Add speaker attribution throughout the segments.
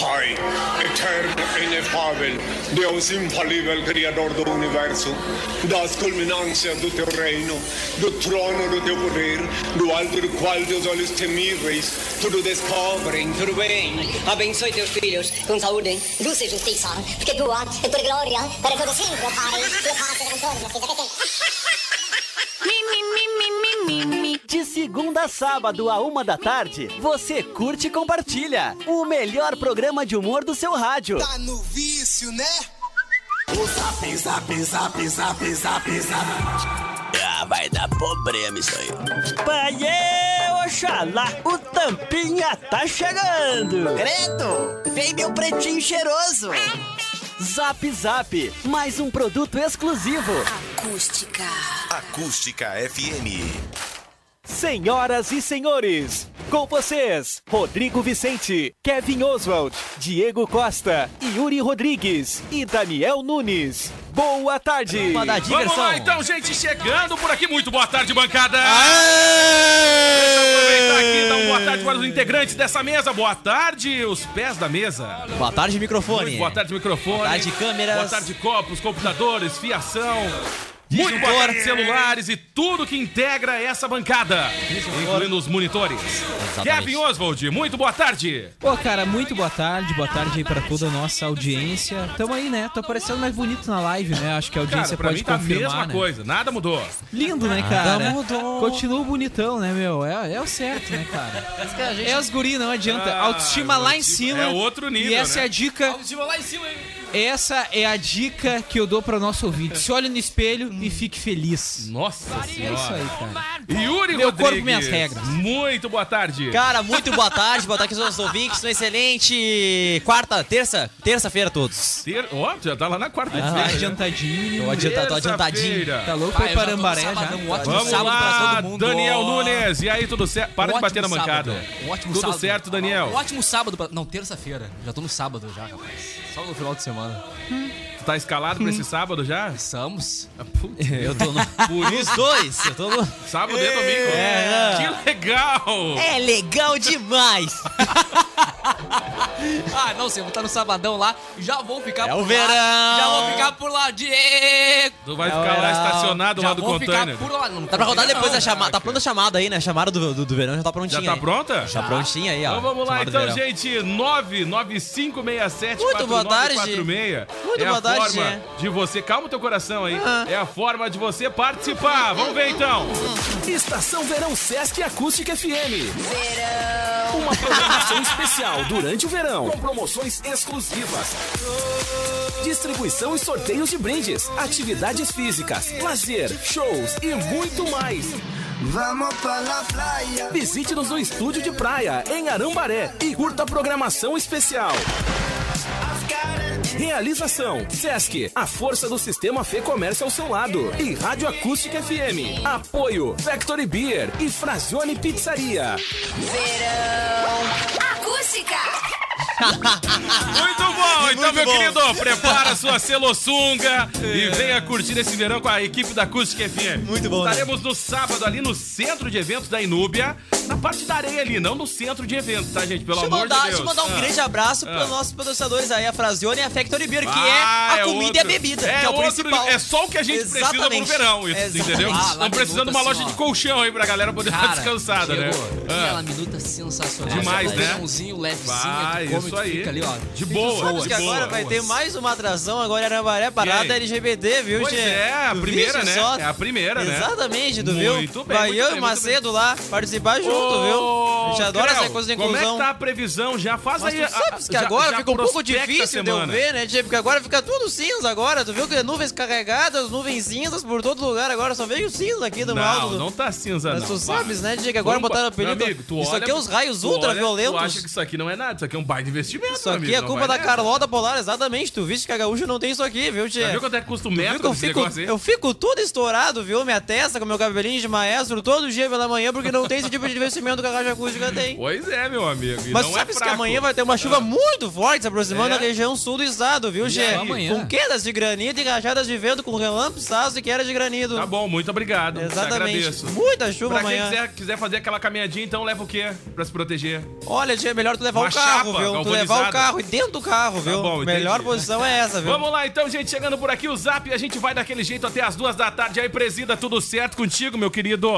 Speaker 1: Pai, eterno, inefável, Deus infalível, Criador do Universo, das culminâncias do teu reino, do trono do teu poder, do alto do qual teus olhos temíveis tudo descobrem, tudo bem.
Speaker 2: Abençoe teus filhos com saúde.
Speaker 3: Luce e giustizia, perché tu e per gloria, per tutto sempre fare le cose del contorno, perché
Speaker 4: De segunda a sábado, a uma da tarde, você curte e compartilha. O melhor programa de humor do seu rádio.
Speaker 5: Tá no vício, né?
Speaker 6: O zap, zap, zap, zap, zap, zap. Ah, vai dar problema isso aí.
Speaker 4: Paiê, Oxalá, o Tampinha tá chegando.
Speaker 7: Credo, vem meu pretinho cheiroso.
Speaker 4: Zap Zap, mais um produto exclusivo.
Speaker 8: Acústica.
Speaker 9: Acústica FM.
Speaker 4: Senhoras e senhores, com vocês, Rodrigo Vicente, Kevin Oswald, Diego Costa, Yuri Rodrigues e Daniel Nunes. Boa tarde!
Speaker 10: Vamos lá então, gente, chegando por aqui. Muito boa tarde, bancada!
Speaker 11: Aê!
Speaker 10: Aproveitar aqui, dar uma boa tarde para os integrantes dessa mesa. Boa tarde, os pés da mesa.
Speaker 11: Boa tarde, microfone.
Speaker 10: Muito boa tarde, microfone. Boa
Speaker 11: tarde, câmeras.
Speaker 10: Boa tarde, copos, computadores, fiação.
Speaker 11: um
Speaker 10: Muito boa tarde, celulares e tudo que integra essa bancada, incluindo os monitores.
Speaker 11: um Exatamente.
Speaker 10: Kevin Oswald, muito boa tarde.
Speaker 12: Pô, cara, muito boa tarde, boa tarde aí pra toda a nossa audiência. Tamo aí, né? Tô parecendo mais bonito na live, né? Acho que a
Speaker 10: Cara,
Speaker 12: audiência
Speaker 10: pra
Speaker 12: pode
Speaker 10: mim tá a
Speaker 12: confirmar,
Speaker 10: mesma
Speaker 12: né?
Speaker 10: coisa, nada mudou.
Speaker 12: Lindo, né,
Speaker 10: Nada
Speaker 12: cara?
Speaker 10: mudou.
Speaker 12: Continua bonitão, né, meu? É, é o certo, né, cara? É os guri, não adianta.
Speaker 10: Ah,
Speaker 12: Autoestima lá em
Speaker 10: autoestima.
Speaker 12: cima.
Speaker 10: É outro nível,
Speaker 12: E essa
Speaker 10: né?
Speaker 12: é a dica. Autoestima lá em cima, hein? Essa é a dica que eu dou pro nosso ouvinte. Se olhe no espelho e fique feliz.
Speaker 10: Nossa
Speaker 12: É isso aí, cara.
Speaker 10: Yuri
Speaker 12: Meu
Speaker 10: Rodrigues.
Speaker 12: corpo, minhas regras.
Speaker 10: Muito boa tarde.
Speaker 11: Cara, muito boa tarde, boa tarde aos nossos ouvintes. Uma excelente quarta, terça, terça-feira a todos.
Speaker 10: Ter- Ó, já tá lá na quarta
Speaker 12: Tá adiantadinho.
Speaker 11: Tô adiantado, tô adiantadinho.
Speaker 10: Terça-feira.
Speaker 12: Tá louco?
Speaker 11: Pai,
Speaker 12: Foi
Speaker 11: eu já tô
Speaker 12: para
Speaker 11: no
Speaker 12: Ambaré já.
Speaker 11: sabadão, um ótimo
Speaker 10: Vamos
Speaker 11: sábado pra
Speaker 10: lá,
Speaker 11: todo mundo.
Speaker 10: Daniel
Speaker 11: Ó.
Speaker 10: Nunes. E aí, tudo certo? Para de
Speaker 13: ótimo
Speaker 10: bater na
Speaker 13: sábado.
Speaker 10: mancada.
Speaker 13: Um ótimo
Speaker 10: tudo
Speaker 13: sábado.
Speaker 10: certo, Daniel?
Speaker 13: Um ótimo sábado. Pra... Não, terça-feira. Já tô no sábado já, rapaz. Só no final de semana.
Speaker 10: Tu tá escalado pra esse sábado já? Ah,
Speaker 13: Estamos.
Speaker 11: Eu tô no...
Speaker 10: Por
Speaker 11: Os
Speaker 10: isso.
Speaker 11: dois, eu tô no...
Speaker 10: Sábado e domingo.
Speaker 11: É.
Speaker 10: Que legal.
Speaker 11: É legal demais.
Speaker 13: Ah, não sei, vou estar no sabadão lá. Já vou ficar
Speaker 11: É
Speaker 13: por
Speaker 11: o
Speaker 13: lá.
Speaker 11: verão.
Speaker 13: Já vou ficar por lá. Diego!
Speaker 10: Tu vai ficar lá estacionado
Speaker 13: Já
Speaker 10: lá Tá do
Speaker 13: vou
Speaker 10: container.
Speaker 13: ficar por lá. Não,
Speaker 11: Dá Tá pra rodar
Speaker 13: não,
Speaker 11: depois da
Speaker 13: cara.
Speaker 11: chamada. Tá pronta a chamada aí, né? A chamada do, do, do verão já tá
Speaker 10: Já
Speaker 11: prontinha.
Speaker 10: tá
Speaker 11: aí.
Speaker 10: pronta?
Speaker 11: Já prontinha aí, ó.
Speaker 10: Então vamos lá,
Speaker 11: Tá, Chamada do
Speaker 10: então,
Speaker 11: verão.
Speaker 10: gente. 99567
Speaker 11: Muito boa tarde. Muito
Speaker 10: é
Speaker 11: boa
Speaker 10: a
Speaker 11: tarde, Ah.
Speaker 10: forma de você. Calma o teu coração aí. É a forma de você participar. Vamos ver então.
Speaker 14: Estação Verão Sesc Acústica FM.
Speaker 8: Verão.
Speaker 14: Uma programação especial durante o verão. Com promoções exclusivas. Distribuição e sorteios de brindes, atividades físicas, lazer, shows e muito mais. Vamos para a praia. Visite-nos no estúdio de praia, em Arambaré, e curta a programação especial. Realização: Sesc, a força do sistema Fê Comércio ao seu lado. E Rádio Acústica FM. Apoio: Factory Beer e Frazione Pizzaria.
Speaker 8: Verão. Acústica.
Speaker 10: Muito bom, então,
Speaker 8: Muito
Speaker 10: meu
Speaker 8: bom.
Speaker 10: querido, prepara sua celossunga
Speaker 11: É.
Speaker 10: e venha curtir esse verão com a equipe da Acústica FM. Muito
Speaker 11: bom, né?
Speaker 10: Estaremos no sábado ali no centro de eventos da Inúbia, na parte da areia ali, não no centro de eventos, tá, gente? Pelo
Speaker 11: Deixa eu,
Speaker 10: amor
Speaker 11: mandar,
Speaker 10: de Deus.
Speaker 11: deixa eu mandar um
Speaker 10: Ah.
Speaker 11: grande abraço
Speaker 10: Ah.
Speaker 11: para os nossos patrocinadores aí, a Frazione e a Factory Beer, que
Speaker 10: Ah,
Speaker 11: é a comida e a
Speaker 10: outro-
Speaker 11: bebida, que é o
Speaker 10: outro-
Speaker 11: principal.
Speaker 10: É só o que a gente precisa pro
Speaker 11: Exatamente.
Speaker 10: verão, isso,
Speaker 11: Exatamente.
Speaker 10: entendeu?
Speaker 13: Ah, lá
Speaker 10: Estão precisando de
Speaker 13: minuto,
Speaker 10: uma loja
Speaker 13: assim,
Speaker 10: de colchão aí pra galera poder dar uma descansada, né?
Speaker 13: Diego, Aquela minuta sensacional.
Speaker 11: um
Speaker 10: Demais,
Speaker 13: Aquele
Speaker 10: né?
Speaker 13: pãozinho levezinho,
Speaker 10: Vai,
Speaker 13: tu come,
Speaker 10: isso
Speaker 13: tu
Speaker 10: aí.
Speaker 13: fica ali, ó.
Speaker 10: De boa,
Speaker 13: Sabe
Speaker 10: de
Speaker 11: Que
Speaker 13: que
Speaker 11: agora vai ter mais uma atração, agora em Arambaré, parada
Speaker 10: Quem?
Speaker 11: LGBT, viu,
Speaker 10: Pois
Speaker 11: Tchê?
Speaker 10: é, a
Speaker 11: Tu
Speaker 10: primeira,
Speaker 11: viste
Speaker 10: né? É a primeira, né?
Speaker 11: Exatamente, tu viu?
Speaker 10: Muito bem,
Speaker 11: Vai
Speaker 10: muito
Speaker 11: eu
Speaker 10: bem,
Speaker 11: e o
Speaker 10: muito
Speaker 11: Macedo lá participar junto, viu? A gente
Speaker 10: Ô,
Speaker 11: adora
Speaker 10: Creu,
Speaker 11: essa coisa da
Speaker 10: Como é
Speaker 11: inclusão.
Speaker 10: que tá a previsão? Já faz
Speaker 11: Mas
Speaker 10: aí.
Speaker 11: tu sabes que
Speaker 10: já-
Speaker 11: agora
Speaker 10: já
Speaker 11: fica um pouco
Speaker 10: prospecta a
Speaker 11: difícil de eu
Speaker 10: semana.
Speaker 11: ver, né, Tchê? Porque agora fica tudo cinza agora, tu viu que nuvens carregadas, nuvens cinzas por todo lugar agora, só veio cinza aqui do
Speaker 10: Não,
Speaker 11: alto. do-
Speaker 10: não tá cinza,
Speaker 11: Mas
Speaker 10: não.
Speaker 11: tu
Speaker 10: Vai.
Speaker 11: sabes, né, Diego? Agora
Speaker 10: Vamos
Speaker 11: botaram
Speaker 10: pa- Meu
Speaker 11: apelido-
Speaker 10: amigo, tu
Speaker 11: Isso
Speaker 10: olha-
Speaker 11: aqui é os raios
Speaker 10: tu
Speaker 11: ultraviolentos.
Speaker 10: olha, Tu acha que isso aqui não é nada, isso aqui é um baita investimento,
Speaker 11: Isso aqui é culpa da Carlota Polar, exatamente. Tu viste que a gaúcha não tem isso aqui, viu, Tchê?
Speaker 10: Já viu quanto é que custa o
Speaker 11: Tu viu
Speaker 10: metro
Speaker 11: que eu
Speaker 10: desse
Speaker 11: fico,
Speaker 10: negócio aí?
Speaker 11: eu fico todo estourado, viu? Minha testa com meu cabelinho de maestro todo dia pela manhã, porque não tem esse tipo de de vencimento que a Caixa Acústica tem.
Speaker 10: Pois é, meu amigo. e
Speaker 11: Mas
Speaker 10: não é
Speaker 11: sabe que
Speaker 10: fraco. Ah.
Speaker 11: amanhã vai ter uma chuva muito forte se aproximando da
Speaker 10: É.
Speaker 11: região sul do estado, viu,
Speaker 10: E
Speaker 11: Gê?
Speaker 10: aí? Amanhã.
Speaker 11: Com quedas de granito e rajadas de vento com relâmpagos, e quedas de granito.
Speaker 10: Tá bom, muito obrigado.
Speaker 11: Exatamente.
Speaker 10: Agradeço.
Speaker 11: Muita chuva
Speaker 10: pra
Speaker 11: amanhã.
Speaker 10: quem quiser, quiser fazer aquela caminhadinha, então leva o quê? Pra se proteger.
Speaker 11: Olha, Gê, melhor tu levar
Speaker 10: Uma
Speaker 11: o carro,
Speaker 10: chapa
Speaker 11: viu? Tu levar
Speaker 10: galvanizada. Tá
Speaker 11: o carro e dentro do carro, viu?
Speaker 10: bom, entendi.
Speaker 11: melhor posição é essa, viu?
Speaker 10: Vamos lá então, gente. Chegando por aqui o zap. A gente vai daquele jeito até as duas da tarde. Aí, presida, tudo certo contigo, meu querido?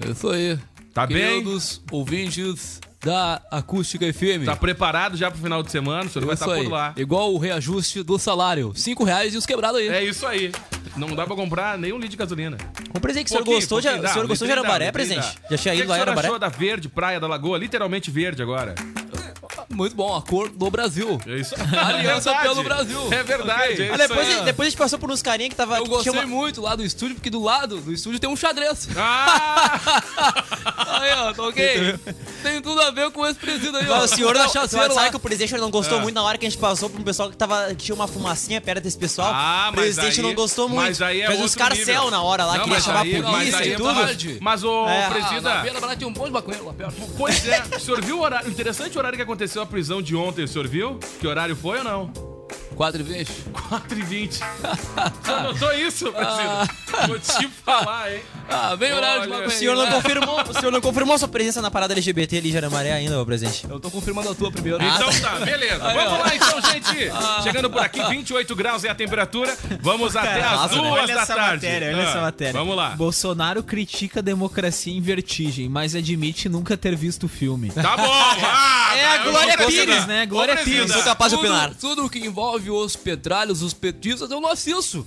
Speaker 13: É isso aí.
Speaker 10: Tá bem?
Speaker 13: Queridos ouvintes da Acústica FM.
Speaker 10: Tá preparado já pro final de semana? O senhor vai
Speaker 11: É
Speaker 13: Isso
Speaker 10: estar
Speaker 13: aí.
Speaker 10: por lá.
Speaker 13: Igual o reajuste do salário. Cinco reais e os quebrados aí.
Speaker 10: É isso aí. Não dá pra comprar nem um litro de gasolina.
Speaker 11: Um presente que o senhor gostou de- o senhor gostou de Arambaré, presente? Já tinha ido lá em
Speaker 10: um O que
Speaker 11: Arambaré?
Speaker 10: achou da verde, praia da lagoa? Literalmente verde agora.
Speaker 13: Muito bom, a cor do Brasil.
Speaker 10: É isso.
Speaker 13: Aliança
Speaker 10: Verdade.
Speaker 13: pelo Brasil.
Speaker 10: É verdade, é
Speaker 13: Ok.
Speaker 10: isso
Speaker 11: Ah, depois, a- depois a gente passou por uns carinha que tava.
Speaker 13: Eu
Speaker 11: que
Speaker 13: gostei
Speaker 11: tinha uma-
Speaker 13: muito lá do estúdio, porque do lado do estúdio tem um xadrez.
Speaker 10: Ah!
Speaker 13: aí, ó, tá
Speaker 10: É.
Speaker 13: ok. tem tudo a ver com esse presídio aí, ó.
Speaker 11: Mas o senhor,
Speaker 13: Tá
Speaker 11: não, o senhor
Speaker 13: chaceiro
Speaker 11: sabe
Speaker 13: lá.
Speaker 11: que o presidente não gostou
Speaker 13: É.
Speaker 11: muito na hora que a gente passou pra um pessoal que, tava, que tinha uma fumacinha perto desse pessoal.
Speaker 10: Ah,
Speaker 11: o
Speaker 10: mas
Speaker 11: presidente
Speaker 10: aí-
Speaker 11: não gostou muito.
Speaker 10: Mas aí é
Speaker 11: Fez uns
Speaker 10: outro
Speaker 11: carcel
Speaker 10: nível.
Speaker 11: na hora lá,
Speaker 10: Não,
Speaker 11: queria
Speaker 10: mas
Speaker 11: chamar
Speaker 10: aí-
Speaker 11: a
Speaker 10: mas
Speaker 11: polícia
Speaker 10: aí
Speaker 11: e
Speaker 10: é
Speaker 11: tudo.
Speaker 10: tarde. Mas o
Speaker 11: É.
Speaker 10: presida-
Speaker 13: Na beira da lá tinha um monte de maconheiro lá perto.
Speaker 10: Pois é, o senhor viu o horário? Interessante o horário que aconteceu a prisão de ontem, o senhor viu? Que horário foi ou não?
Speaker 13: 4h20.
Speaker 10: 4h20. Você notou isso, Brasil? Vou te falar, hein?
Speaker 13: Ah, bem horário de
Speaker 11: O
Speaker 13: maconha.
Speaker 11: senhor,
Speaker 10: né?
Speaker 11: não tá confirmou, o senhor não confirmou sua presença na parada LGBT ali de Aramaré ainda, ô presidente? Ah,
Speaker 13: Eu tô confirmando a tua primeiro.
Speaker 10: Então tá, beleza.
Speaker 13: Aí,
Speaker 10: Vamos
Speaker 13: ó.
Speaker 10: lá então, gente. Chegando por aqui, 28 graus é a temperatura. Vamos até as
Speaker 12: Nossa, né?
Speaker 10: duas
Speaker 12: Olha
Speaker 10: da
Speaker 12: essa
Speaker 10: tarde.
Speaker 12: Matéria, olha
Speaker 10: Ah,
Speaker 12: essa matéria.
Speaker 10: Vamos lá.
Speaker 12: Bolsonaro critica a democracia em vertigem, mas admite nunca ter visto o filme.
Speaker 10: Tá bom. Ah,
Speaker 12: É a
Speaker 10: eu vou
Speaker 12: Glória
Speaker 10: concordar.
Speaker 12: Pires, né? Glória
Speaker 10: Ô, presidente,
Speaker 12: Pires.
Speaker 10: sou capaz de opinar.
Speaker 13: Tudo, tudo que envolve os petralhos, os petistas, eu não assisto.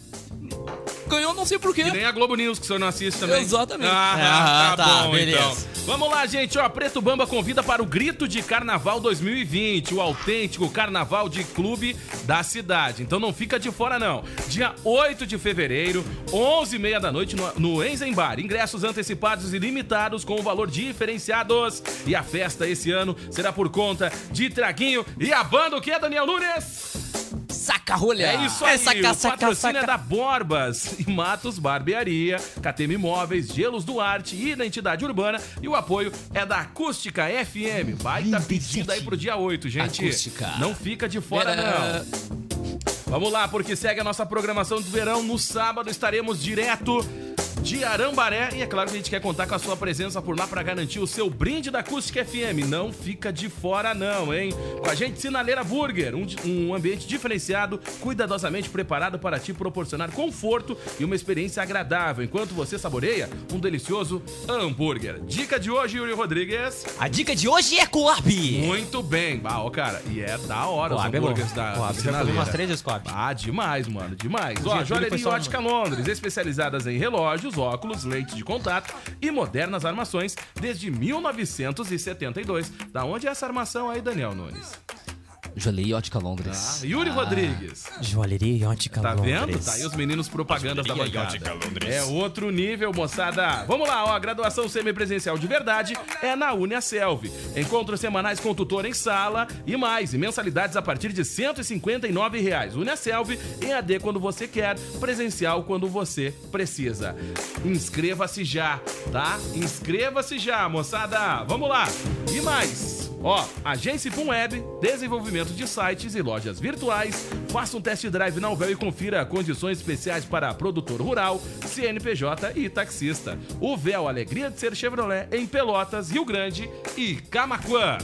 Speaker 13: Ganhou não sei porquê.
Speaker 10: Nem a Globo News que o senhor não assiste também.
Speaker 13: Exatamente.
Speaker 10: Ah,
Speaker 13: Ah,
Speaker 10: tá,
Speaker 13: tá,
Speaker 10: bom,
Speaker 13: beleza.
Speaker 10: então. Vamos lá, gente. Ó, Preto Bamba convida para o Grito de Carnaval 2020, o autêntico carnaval de clube da cidade. Então não fica de fora, não. Dia 8 de fevereiro, 11h30 da noite, no, no Enzen Bar. Ingressos antecipados e limitados com valor diferenciados. E a festa esse ano será por conta de Traguinho e a banda o que, Daniel Nunes?
Speaker 13: Saca rolha.
Speaker 10: É isso aí,
Speaker 13: É saca,
Speaker 10: o
Speaker 13: saca,
Speaker 10: patrocínio é
Speaker 13: saca.
Speaker 10: da Borbas e Matos Barbearia, KTM Imóveis, Gelos Duarte e Identidade Urbana. E o apoio é da Acústica FM. Baita pedida aí pro dia 8, gente.
Speaker 13: Acústica.
Speaker 10: Não fica de fora,
Speaker 13: Vera-
Speaker 10: não. Vamos lá, porque segue a nossa programação do verão. No sábado estaremos direto de Arambaré. E é claro que a gente quer contar com a sua presença por lá para garantir o seu brinde da Acústica FM. Não fica de fora, não, hein? Com a gente, Sinaleira Burger. Um, um ambiente diferenciado, cuidadosamente preparado para te proporcionar conforto e uma experiência agradável. Enquanto você saboreia um delicioso hambúrguer. Dica de hoje, Yuri Rodrigues.
Speaker 11: A dica de hoje é Coab.
Speaker 10: Muito bem. Bah, ó, cara, e é da hora
Speaker 11: Coab é bom.
Speaker 10: hambúrgueres da
Speaker 11: Coab, já
Speaker 10: Sinaleira.
Speaker 11: comi umas três vezes Coab.
Speaker 10: Ah, demais, mano, demais.
Speaker 11: Inclusive,
Speaker 10: Ó,
Speaker 11: foi
Speaker 10: Joalheria
Speaker 11: só uma.
Speaker 10: Ótica Londres, especializadas em relógios, óculos, lentes de contato e modernas armações desde 1972. Da onde é essa armação aí, Daniel Nunes?
Speaker 13: Joalheria Ótica Londres.
Speaker 10: Ah, Yuri
Speaker 13: Ah.
Speaker 10: Rodrigues.
Speaker 11: Joalheria Ótica
Speaker 10: Tá
Speaker 11: Londres.
Speaker 10: vendo? Tá aí os meninos propagandas da
Speaker 13: Joalheria
Speaker 10: bancada.
Speaker 13: Ótica Londres.
Speaker 10: É outro nível, moçada. Vamos lá, ó. Graduação semipresencial de verdade é na UniaSelv. Encontros semanais com tutor em sala e mais. E mensalidades a partir de R$ 159 reais. UniaSelv, EAD quando você quer, presencial quando você precisa. Inscreva-se já, tá? Inscreva-se já, moçada. Vamos lá. E mais. Ó, agência Ipum Web, desenvolvimento de sites e lojas virtuais. Faça um test drive na Uvel e confira condições especiais para produtor rural, CNPJ e taxista. Uvel, alegria de ser Chevrolet em Pelotas, Rio Grande e Camaquã.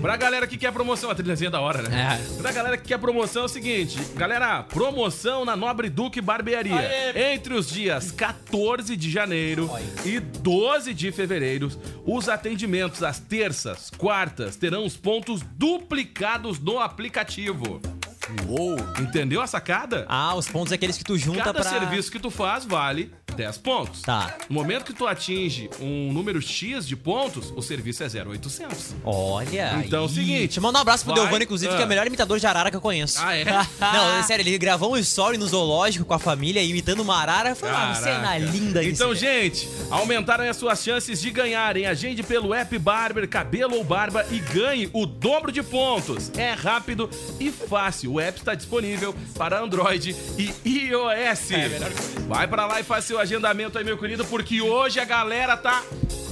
Speaker 10: Pra galera que quer promoção, a trilhazinha da hora, né? Pra galera que quer promoção é o seguinte, galera, promoção na Nobre Duque Barbearia. Entre os dias 14 de janeiro e 12 de fevereiro, os atendimentos às terças, quartas terão os pontos duplicados no aplicativo. Uou. Entendeu a sacada?
Speaker 11: Ah, os pontos é aqueles que tu junta
Speaker 10: Cada
Speaker 11: pra...
Speaker 10: serviço que tu faz vale 10 pontos. Tá. No momento que tu atinge um número X de pontos, o serviço é 0,800.
Speaker 11: Olha
Speaker 10: Então é o
Speaker 11: aí.
Speaker 10: seguinte,
Speaker 11: Te manda um abraço pro
Speaker 10: vai-
Speaker 11: Delvano, inclusive, que é
Speaker 10: Ah.
Speaker 11: o melhor imitador de arara que eu conheço.
Speaker 10: Ah, é?
Speaker 11: Não, é sério, ele gravou um story no zoológico com a família, imitando uma arara. Foi é uma
Speaker 10: Caraca.
Speaker 11: cena linda isso.
Speaker 10: Então, gente, aumentaram as suas chances de ganharem. Agende pelo app Barber, cabelo ou barba e ganhe o dobro de pontos. É rápido e fácil.
Speaker 11: É,
Speaker 10: O app está disponível para Android e iOS. Vai para lá e faz seu agendamento aí, meu querido, porque hoje a galera tá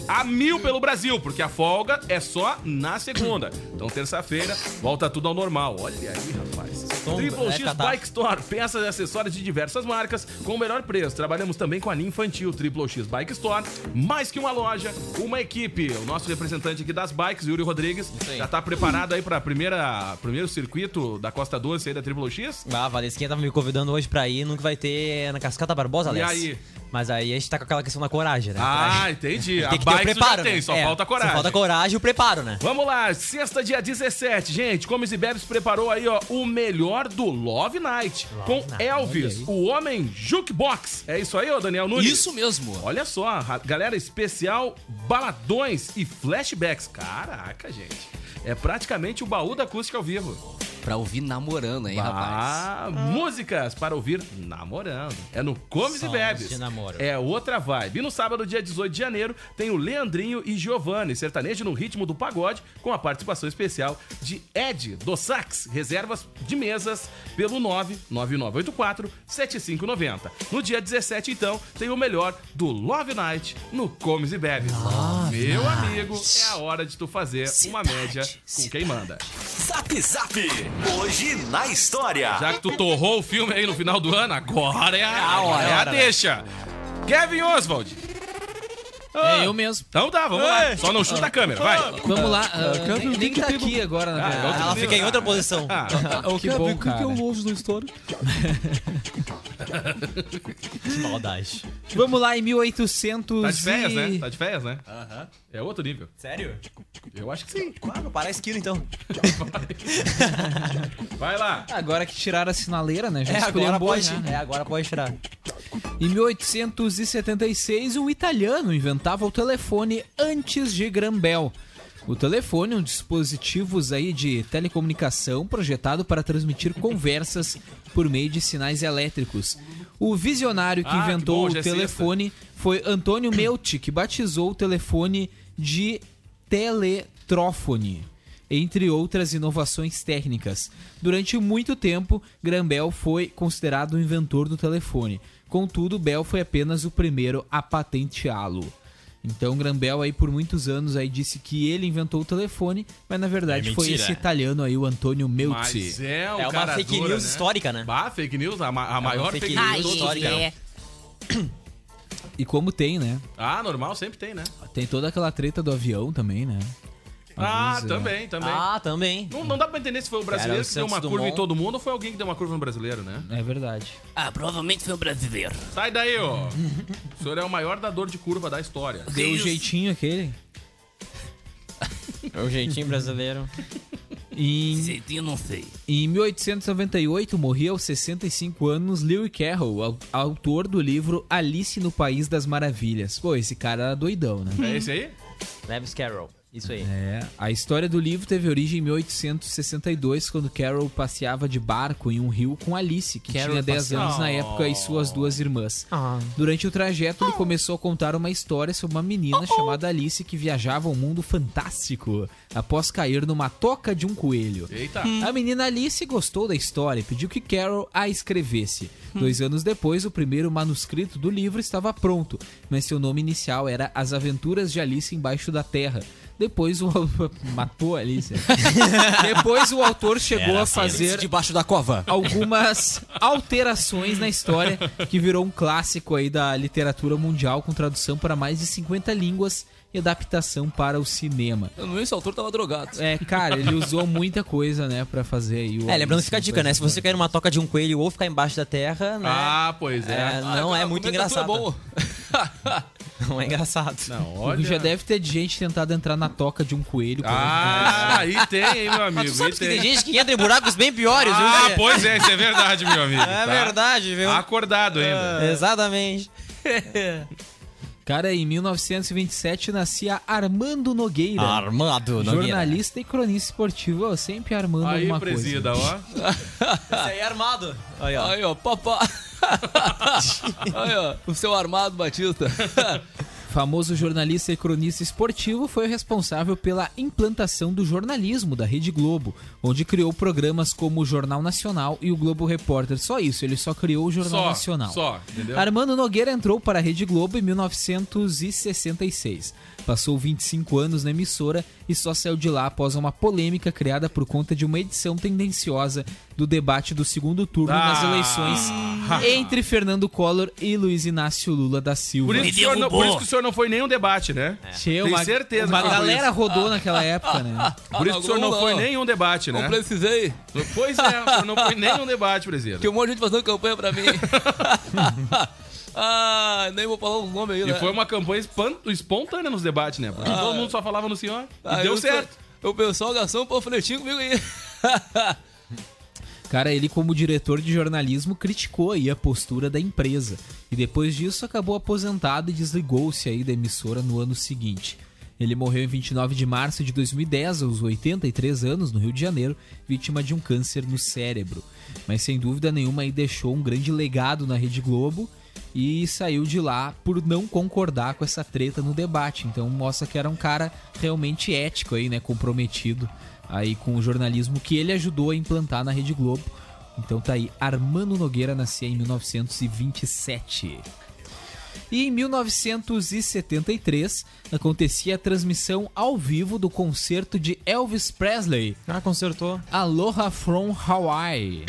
Speaker 10: a mil pelo Brasil, porque a folga é só na segunda. Então, terça-feira, volta tudo ao normal. Olha aí, rapaz.
Speaker 12: Tomba,
Speaker 10: Triple
Speaker 12: né,
Speaker 10: X
Speaker 12: Catar?
Speaker 10: Bike Store, peças e acessórios de diversas marcas com o melhor preço. Trabalhamos também com a linha infantil Triple X Bike Store, mais que uma loja, uma equipe. O nosso representante aqui das bikes, Yuri Rodrigues, já tá preparado aí para primeira primeiro circuito da Costa Doce aí da Triple X?
Speaker 11: Ah, a Valesquinha tava me convidando hoje pra ir, nunca vai ter na Cascata Barbosa,
Speaker 10: E
Speaker 11: Alex.
Speaker 10: aí?
Speaker 11: Mas aí a gente tá com aquela questão da coragem, né?
Speaker 10: Ah,
Speaker 11: Coragem.
Speaker 10: entendi.
Speaker 11: Tem
Speaker 10: A
Speaker 11: que ter o
Speaker 10: bike tu já
Speaker 11: preparo,
Speaker 10: tem,
Speaker 11: né?
Speaker 10: só
Speaker 11: É,
Speaker 10: falta coragem.
Speaker 11: Só falta coragem e o preparo, né?
Speaker 10: Vamos lá, sexta, dia 17. Gente, Comes e Bebes preparou aí, ó, o melhor do Love Night. com Elvis, o homem jukebox. É isso aí, ô Daniel Nunes?
Speaker 13: Isso mesmo.
Speaker 10: Olha só, ra- galera, especial baladões e flashbacks. Caraca, gente. É praticamente o baú da acústica ao vivo.
Speaker 13: Pra ouvir namorando, hein,
Speaker 10: Ah, músicas para ouvir namorando. É no Comes e
Speaker 12: Sons
Speaker 10: Bebes.
Speaker 12: de namoro.
Speaker 10: É outra vibe. E no sábado, dia 18 de janeiro, tem o Leandrinho e Giovanni, sertanejo no ritmo do pagode, com a participação especial de Ed do Sax. Reservas de mesas pelo 99984 7590. No dia 17, então, tem o melhor do Love Night no Comes e Bebes. Meu
Speaker 14: Night.
Speaker 10: amigo, é a hora de tu fazer uma média com quem manda.
Speaker 14: Zap Zap, hoje na história.
Speaker 10: Já que tu torrou o filme aí no final do ano, agora é a,
Speaker 14: hora,
Speaker 10: é
Speaker 14: é a
Speaker 10: a
Speaker 14: hora, né?
Speaker 10: deixa. Kevin Oswald.
Speaker 12: É eu mesmo.
Speaker 10: Então tá, vamos lá.
Speaker 12: Ei.
Speaker 10: Só não chuta a câmera, vai.
Speaker 12: Vamos lá. ah, nem- nem tá aqui agora, na
Speaker 10: Ah,
Speaker 12: verdade.
Speaker 10: é outro nível. Ah, tá
Speaker 11: posição.
Speaker 12: o que bom, cara.
Speaker 13: ovo da história?
Speaker 11: Que maldade.
Speaker 12: Vamos lá, em 1800
Speaker 10: Tá de férias,
Speaker 12: e-
Speaker 10: né? Tá de férias, né? É outro nível.
Speaker 11: Sério?
Speaker 10: Eu acho que sim.
Speaker 11: Ah, vou parar a esquina então.
Speaker 10: Vai lá.
Speaker 13: Ah,
Speaker 12: Agora que tiraram a sinaleira, né? Já
Speaker 11: É, agora
Speaker 12: esculhambou,
Speaker 11: pode.
Speaker 12: já, né?
Speaker 11: É, agora pode tirar.
Speaker 12: Em 1876, um italiano inventava o telefone antes de Grambel. O telefone, um dispositivo aí de telecomunicação projetado para transmitir conversas por meio de sinais elétricos. O visionário que
Speaker 10: Ah, que
Speaker 12: inventou
Speaker 10: bom, já é
Speaker 12: o telefone foi Antônio Meucci, que batizou o telefone de teletrófone entre outras inovações técnicas. Durante muito tempo, Grambel foi considerado o inventor do telefone. Contudo, Bell foi apenas o primeiro a patenteá-lo. Então, Grambel aí por muitos anos aí disse que ele inventou o telefone, mas na verdade
Speaker 11: É
Speaker 12: foi
Speaker 11: mentira.
Speaker 12: esse italiano aí, o Antônio
Speaker 10: Mas
Speaker 12: Meucci.
Speaker 10: é, um
Speaker 11: É uma
Speaker 10: cara
Speaker 11: fake
Speaker 10: dura,
Speaker 11: news
Speaker 10: né?
Speaker 11: histórica, né?
Speaker 10: Bah, fake news, a, ma- a maior fake,
Speaker 11: fake
Speaker 10: news
Speaker 11: news
Speaker 10: de todos os
Speaker 11: histórica.
Speaker 10: tempos.
Speaker 12: E como tem, né?
Speaker 10: Ah, normal, sempre tem, né?
Speaker 12: Tem toda aquela treta do avião também, né?
Speaker 10: Ah,
Speaker 12: Avisa.
Speaker 10: também, também.
Speaker 11: Ah, também.
Speaker 10: Não, não dá pra entender se foi o brasileiro
Speaker 11: Cara, o
Speaker 10: que deu uma
Speaker 11: Santos
Speaker 10: curva em
Speaker 11: Dumont.
Speaker 10: todo mundo ou foi alguém que deu uma curva no brasileiro, né?
Speaker 12: É verdade.
Speaker 13: Ah, provavelmente foi um brasileiro.
Speaker 10: Sai daí, ó. O senhor é o maior dador de curva da história.
Speaker 12: Deu o um jeitinho aquele.
Speaker 11: É o jeitinho brasileiro.
Speaker 12: Em
Speaker 13: Jeitinho, não sei.
Speaker 12: Em 1898, morria aos 65 anos Lewis Carroll, au- autor do livro Alice no País das Maravilhas. Pô, esse cara era doidão, né?
Speaker 10: É esse aí?
Speaker 11: Lewis Carroll. Isso aí.
Speaker 12: É, a história do livro teve origem em 1862, quando Carroll passeava de barco em um rio com Alice, que
Speaker 11: Carroll
Speaker 12: tinha 10
Speaker 11: passeava. Ah.
Speaker 12: anos na época, e suas duas irmãs. Durante o trajeto, ele começou a contar uma história sobre uma menina chamada Alice que viajava ao mundo fantástico após cair numa toca de um coelho.
Speaker 10: Eita.
Speaker 11: Hum,
Speaker 12: A menina Alice gostou da história e pediu que Carol a escrevesse. Dois anos depois, o primeiro manuscrito do livro estava pronto, mas seu nome inicial era As Aventuras de Alice Embaixo da Terra. Depois o au- matou a Alice. depois o autor chegou a fazer
Speaker 11: Debaixo da cova.
Speaker 12: algumas alterações na história que virou um clássico aí da literatura mundial com tradução para mais de 50 línguas e adaptação para o cinema.
Speaker 13: Eu não sei se o autor tava drogado.
Speaker 12: É, cara, ele usou muita coisa, né, pra fazer aí o.
Speaker 11: É, lembrando que fica a dica, né? Se você cair numa toca de um coelho ou ficar embaixo da terra, né?
Speaker 10: Ah, pois é.
Speaker 11: É, não é muito engraçado. Não é engraçado.
Speaker 10: Não,
Speaker 12: Porque
Speaker 10: olha.
Speaker 12: Já deve ter de gente tentado entrar na toca de um coelho. por
Speaker 10: Ah, aí tem, hein, meu
Speaker 11: Mas
Speaker 10: amigo.
Speaker 11: tu
Speaker 10: aí
Speaker 11: sabes que tem
Speaker 10: tem.
Speaker 11: gente que entra em buracos bem piores,
Speaker 10: Ah,
Speaker 11: viu?
Speaker 10: pois é, isso é verdade, meu amigo.
Speaker 11: É
Speaker 10: tá?
Speaker 11: verdade, viu? É.
Speaker 10: Acordado ainda.
Speaker 11: Exatamente.
Speaker 12: exemplo. Cara, em 1927 nascia Armando Nogueira.
Speaker 11: Armado, Nogueira.
Speaker 12: Jornalista e cronista esportivo, ó, sempre armando
Speaker 10: Aí,
Speaker 12: alguma
Speaker 10: presida,
Speaker 12: coisa.
Speaker 10: ó.
Speaker 11: Isso aí é armado. Aí, ó.
Speaker 13: Aí, ó, papá. Aí, ó, o seu armado, Batista.
Speaker 12: famoso jornalista e cronista esportivo, foi o responsável pela implantação do jornalismo da Rede Globo, onde criou programas como o Jornal Nacional e o Globo Repórter. Só isso, ele só criou o Jornal
Speaker 10: Só,
Speaker 12: Nacional.
Speaker 10: só, entendeu?
Speaker 12: Armando Nogueira entrou para a Rede Globo em 1966. Passou 25 anos na emissora e só saiu de lá após uma polêmica criada por conta de uma edição tendenciosa do debate do segundo turno
Speaker 10: Ah.
Speaker 12: nas eleições entre Fernando Collor e Luiz Inácio Lula da Silva.
Speaker 10: Por isso, que o senhor não, por isso que o senhor não foi em nenhum debate, né?
Speaker 11: É.
Speaker 12: Tchê,
Speaker 10: Tenho
Speaker 12: uma-
Speaker 10: certeza.
Speaker 12: Uma
Speaker 10: que foi por
Speaker 12: galera
Speaker 10: isso.
Speaker 12: rodou naquela época, né?
Speaker 10: Por isso que o senhor não foi em nenhum debate, né?
Speaker 13: Não precisei.
Speaker 10: Pois é, o senhor não foi em nenhum debate, presidente.
Speaker 13: Que um monte de gente fazendo campanha pra mim. ah, nem vou falar os nomes aí,
Speaker 10: E
Speaker 13: né?
Speaker 10: foi uma campanha espan- espontânea nos debates, né? Porque
Speaker 13: Ah.
Speaker 11: é.
Speaker 10: todo mundo só falava no senhor.
Speaker 13: Ah,
Speaker 10: e deu
Speaker 13: eu-
Speaker 10: certo.
Speaker 13: O pessoal gastou um panfletinho comigo aí.
Speaker 12: Cara, ele como diretor de jornalismo criticou aí a postura da empresa e depois disso acabou aposentado e desligou-se aí da emissora no ano seguinte. Ele morreu em 29 de março de 2010, aos 83 anos, no Rio de Janeiro, vítima de um câncer no cérebro. Mas sem dúvida nenhuma aí deixou um grande legado na Rede Globo e saiu de lá por não concordar com essa treta no debate. Então mostra que era um cara realmente ético aí, né, comprometido aí com o jornalismo que ele ajudou a implantar na Rede Globo. Então tá aí, Armando Nogueira nascia em 1927. E em 1973 acontecia a transmissão ao vivo do concerto de Elvis Presley.
Speaker 11: Ah, concertou.
Speaker 12: Aloha from Hawaii.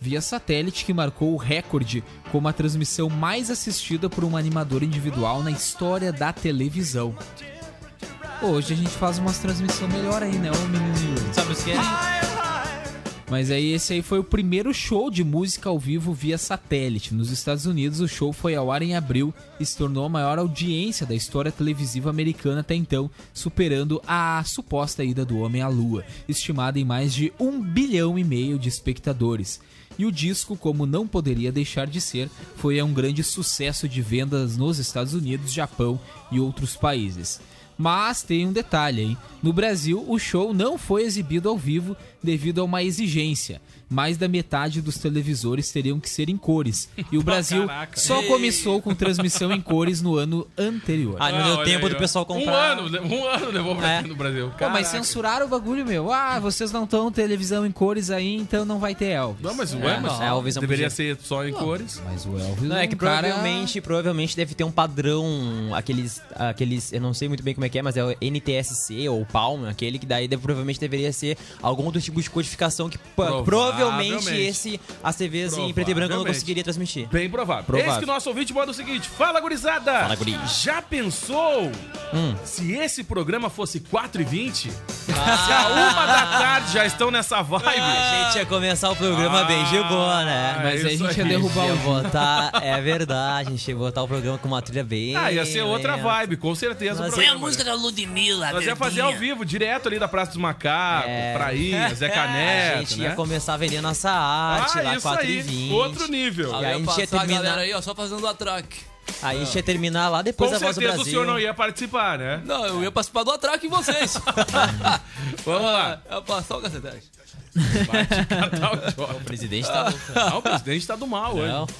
Speaker 12: Via satélite que marcou o recorde como a transmissão mais assistida por um animador individual na história da televisão. Hoje a gente faz umas transmissão melhor aí, né, ô menininho?
Speaker 11: Sabe o que é?
Speaker 12: Mas aí esse aí foi o primeiro show de música ao vivo via satélite. Nos Estados Unidos, o show foi ao ar em abril e se tornou a maior audiência da história televisiva americana até então, superando a suposta ida do homem à lua, estimada em mais de um bilhão e meio de espectadores. E o disco, como não poderia deixar de ser, foi um grande sucesso de vendas nos Estados Unidos, Japão e outros países. Mas tem um detalhe, hein? No Brasil, o show não foi exibido ao vivo devido a uma exigência. Mais da metade dos televisores teriam que ser em cores. E o Brasil
Speaker 10: Caraca.
Speaker 12: só começou com transmissão em cores no ano anterior.
Speaker 11: Ah, não deu tempo do pessoal comprar.
Speaker 10: Um ano, um ano levou pra
Speaker 11: É.
Speaker 10: aqui no Brasil.
Speaker 12: Pô, mas
Speaker 10: Caraca.
Speaker 12: censuraram o bagulho, meu. Ah, vocês não estão televisão em cores aí, então não vai ter Elvis.
Speaker 10: Não, mas o
Speaker 11: É,
Speaker 10: Elvis
Speaker 11: não, Elvis não
Speaker 10: deveria
Speaker 11: podia.
Speaker 10: ser só em cores.
Speaker 12: Mas o Elvis
Speaker 11: Não, é que
Speaker 12: um cara-
Speaker 11: provavelmente, provavelmente deve ter um padrão, aqueles, aqueles, eu não sei muito bem como é que é, mas é o NTSC ou Palm, aquele que daí deve- provavelmente deveria ser algum outro tipo de codificação que pa-
Speaker 10: Provavelmente.
Speaker 11: provavelmente esse ACVs assim, em preto e branco não
Speaker 10: Provavelmente.
Speaker 11: conseguiria transmitir.
Speaker 10: Bem provável.
Speaker 11: Provável.
Speaker 10: Eis que o nosso ouvinte manda o seguinte: Fala gurizada!
Speaker 11: Fala, guri. Hum.
Speaker 10: Já pensou se esse programa fosse 4 e 20?
Speaker 11: Ah.
Speaker 10: Se a uma da tarde já estão nessa vibe.
Speaker 11: A gente ia começar o programa bem,
Speaker 10: Ah,
Speaker 11: chegou, né?
Speaker 12: Mas aí a
Speaker 11: isso
Speaker 12: gente ia
Speaker 11: aí.
Speaker 12: derrubar
Speaker 11: ia
Speaker 12: o vídeo.
Speaker 11: botar, É verdade, a gente ia botar o programa com uma trilha bem.
Speaker 10: Ah, ia ser outra
Speaker 11: lenta.
Speaker 10: vibe, com certeza. o
Speaker 11: Mas
Speaker 10: programa,
Speaker 11: é a É. música
Speaker 10: né?
Speaker 5: da Ludmilla,
Speaker 10: Nós ia fazer ao vivo, direto ali da Praça dos Macacos, Prainha, Zé Caneca.
Speaker 11: É. A gente
Speaker 10: né?
Speaker 11: ia começar a vender nossa arte
Speaker 10: Ah,
Speaker 11: lá,
Speaker 10: isso
Speaker 11: 4
Speaker 10: aí,
Speaker 11: e 20
Speaker 10: outro nível.
Speaker 11: E aí a gente ia
Speaker 13: Passar a
Speaker 11: terminar.
Speaker 13: galera aí, ó, só fazendo atraque.
Speaker 11: Aí a gente ia terminar lá
Speaker 10: Com
Speaker 11: depois da voz do
Speaker 10: certeza
Speaker 11: Brasil.
Speaker 10: o senhor não ia participar, né?
Speaker 13: Não, eu ia participar do atraque em vocês.
Speaker 10: Vamos lá.
Speaker 13: Eu ia passar o cacetete.
Speaker 10: O
Speaker 11: presidente tá louco.
Speaker 10: Não, o presidente tá do mal
Speaker 11: Não.
Speaker 10: hoje.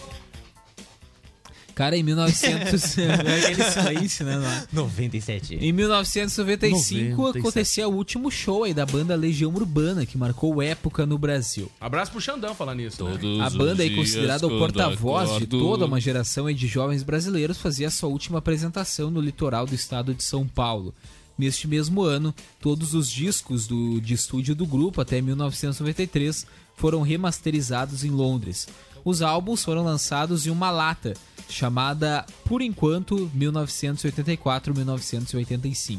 Speaker 12: Cara, em 1900... é aquele silêncio, né? não é?
Speaker 11: 97.
Speaker 12: Em 1995
Speaker 11: 97.
Speaker 12: acontecia o último show aí da banda Legião Urbana, que marcou época no Brasil.
Speaker 10: Abraço pro Xandão falar nisso. né?
Speaker 12: A banda aí considerada o porta-voz de toda uma geração aí de jovens brasileiros fazia sua última apresentação no litoral do estado de São Paulo. Neste mesmo ano, todos os discos do, de estúdio do grupo até 1993 foram remasterizados em Londres. Os álbuns foram lançados em uma lata, chamada, por enquanto, 1984-1985.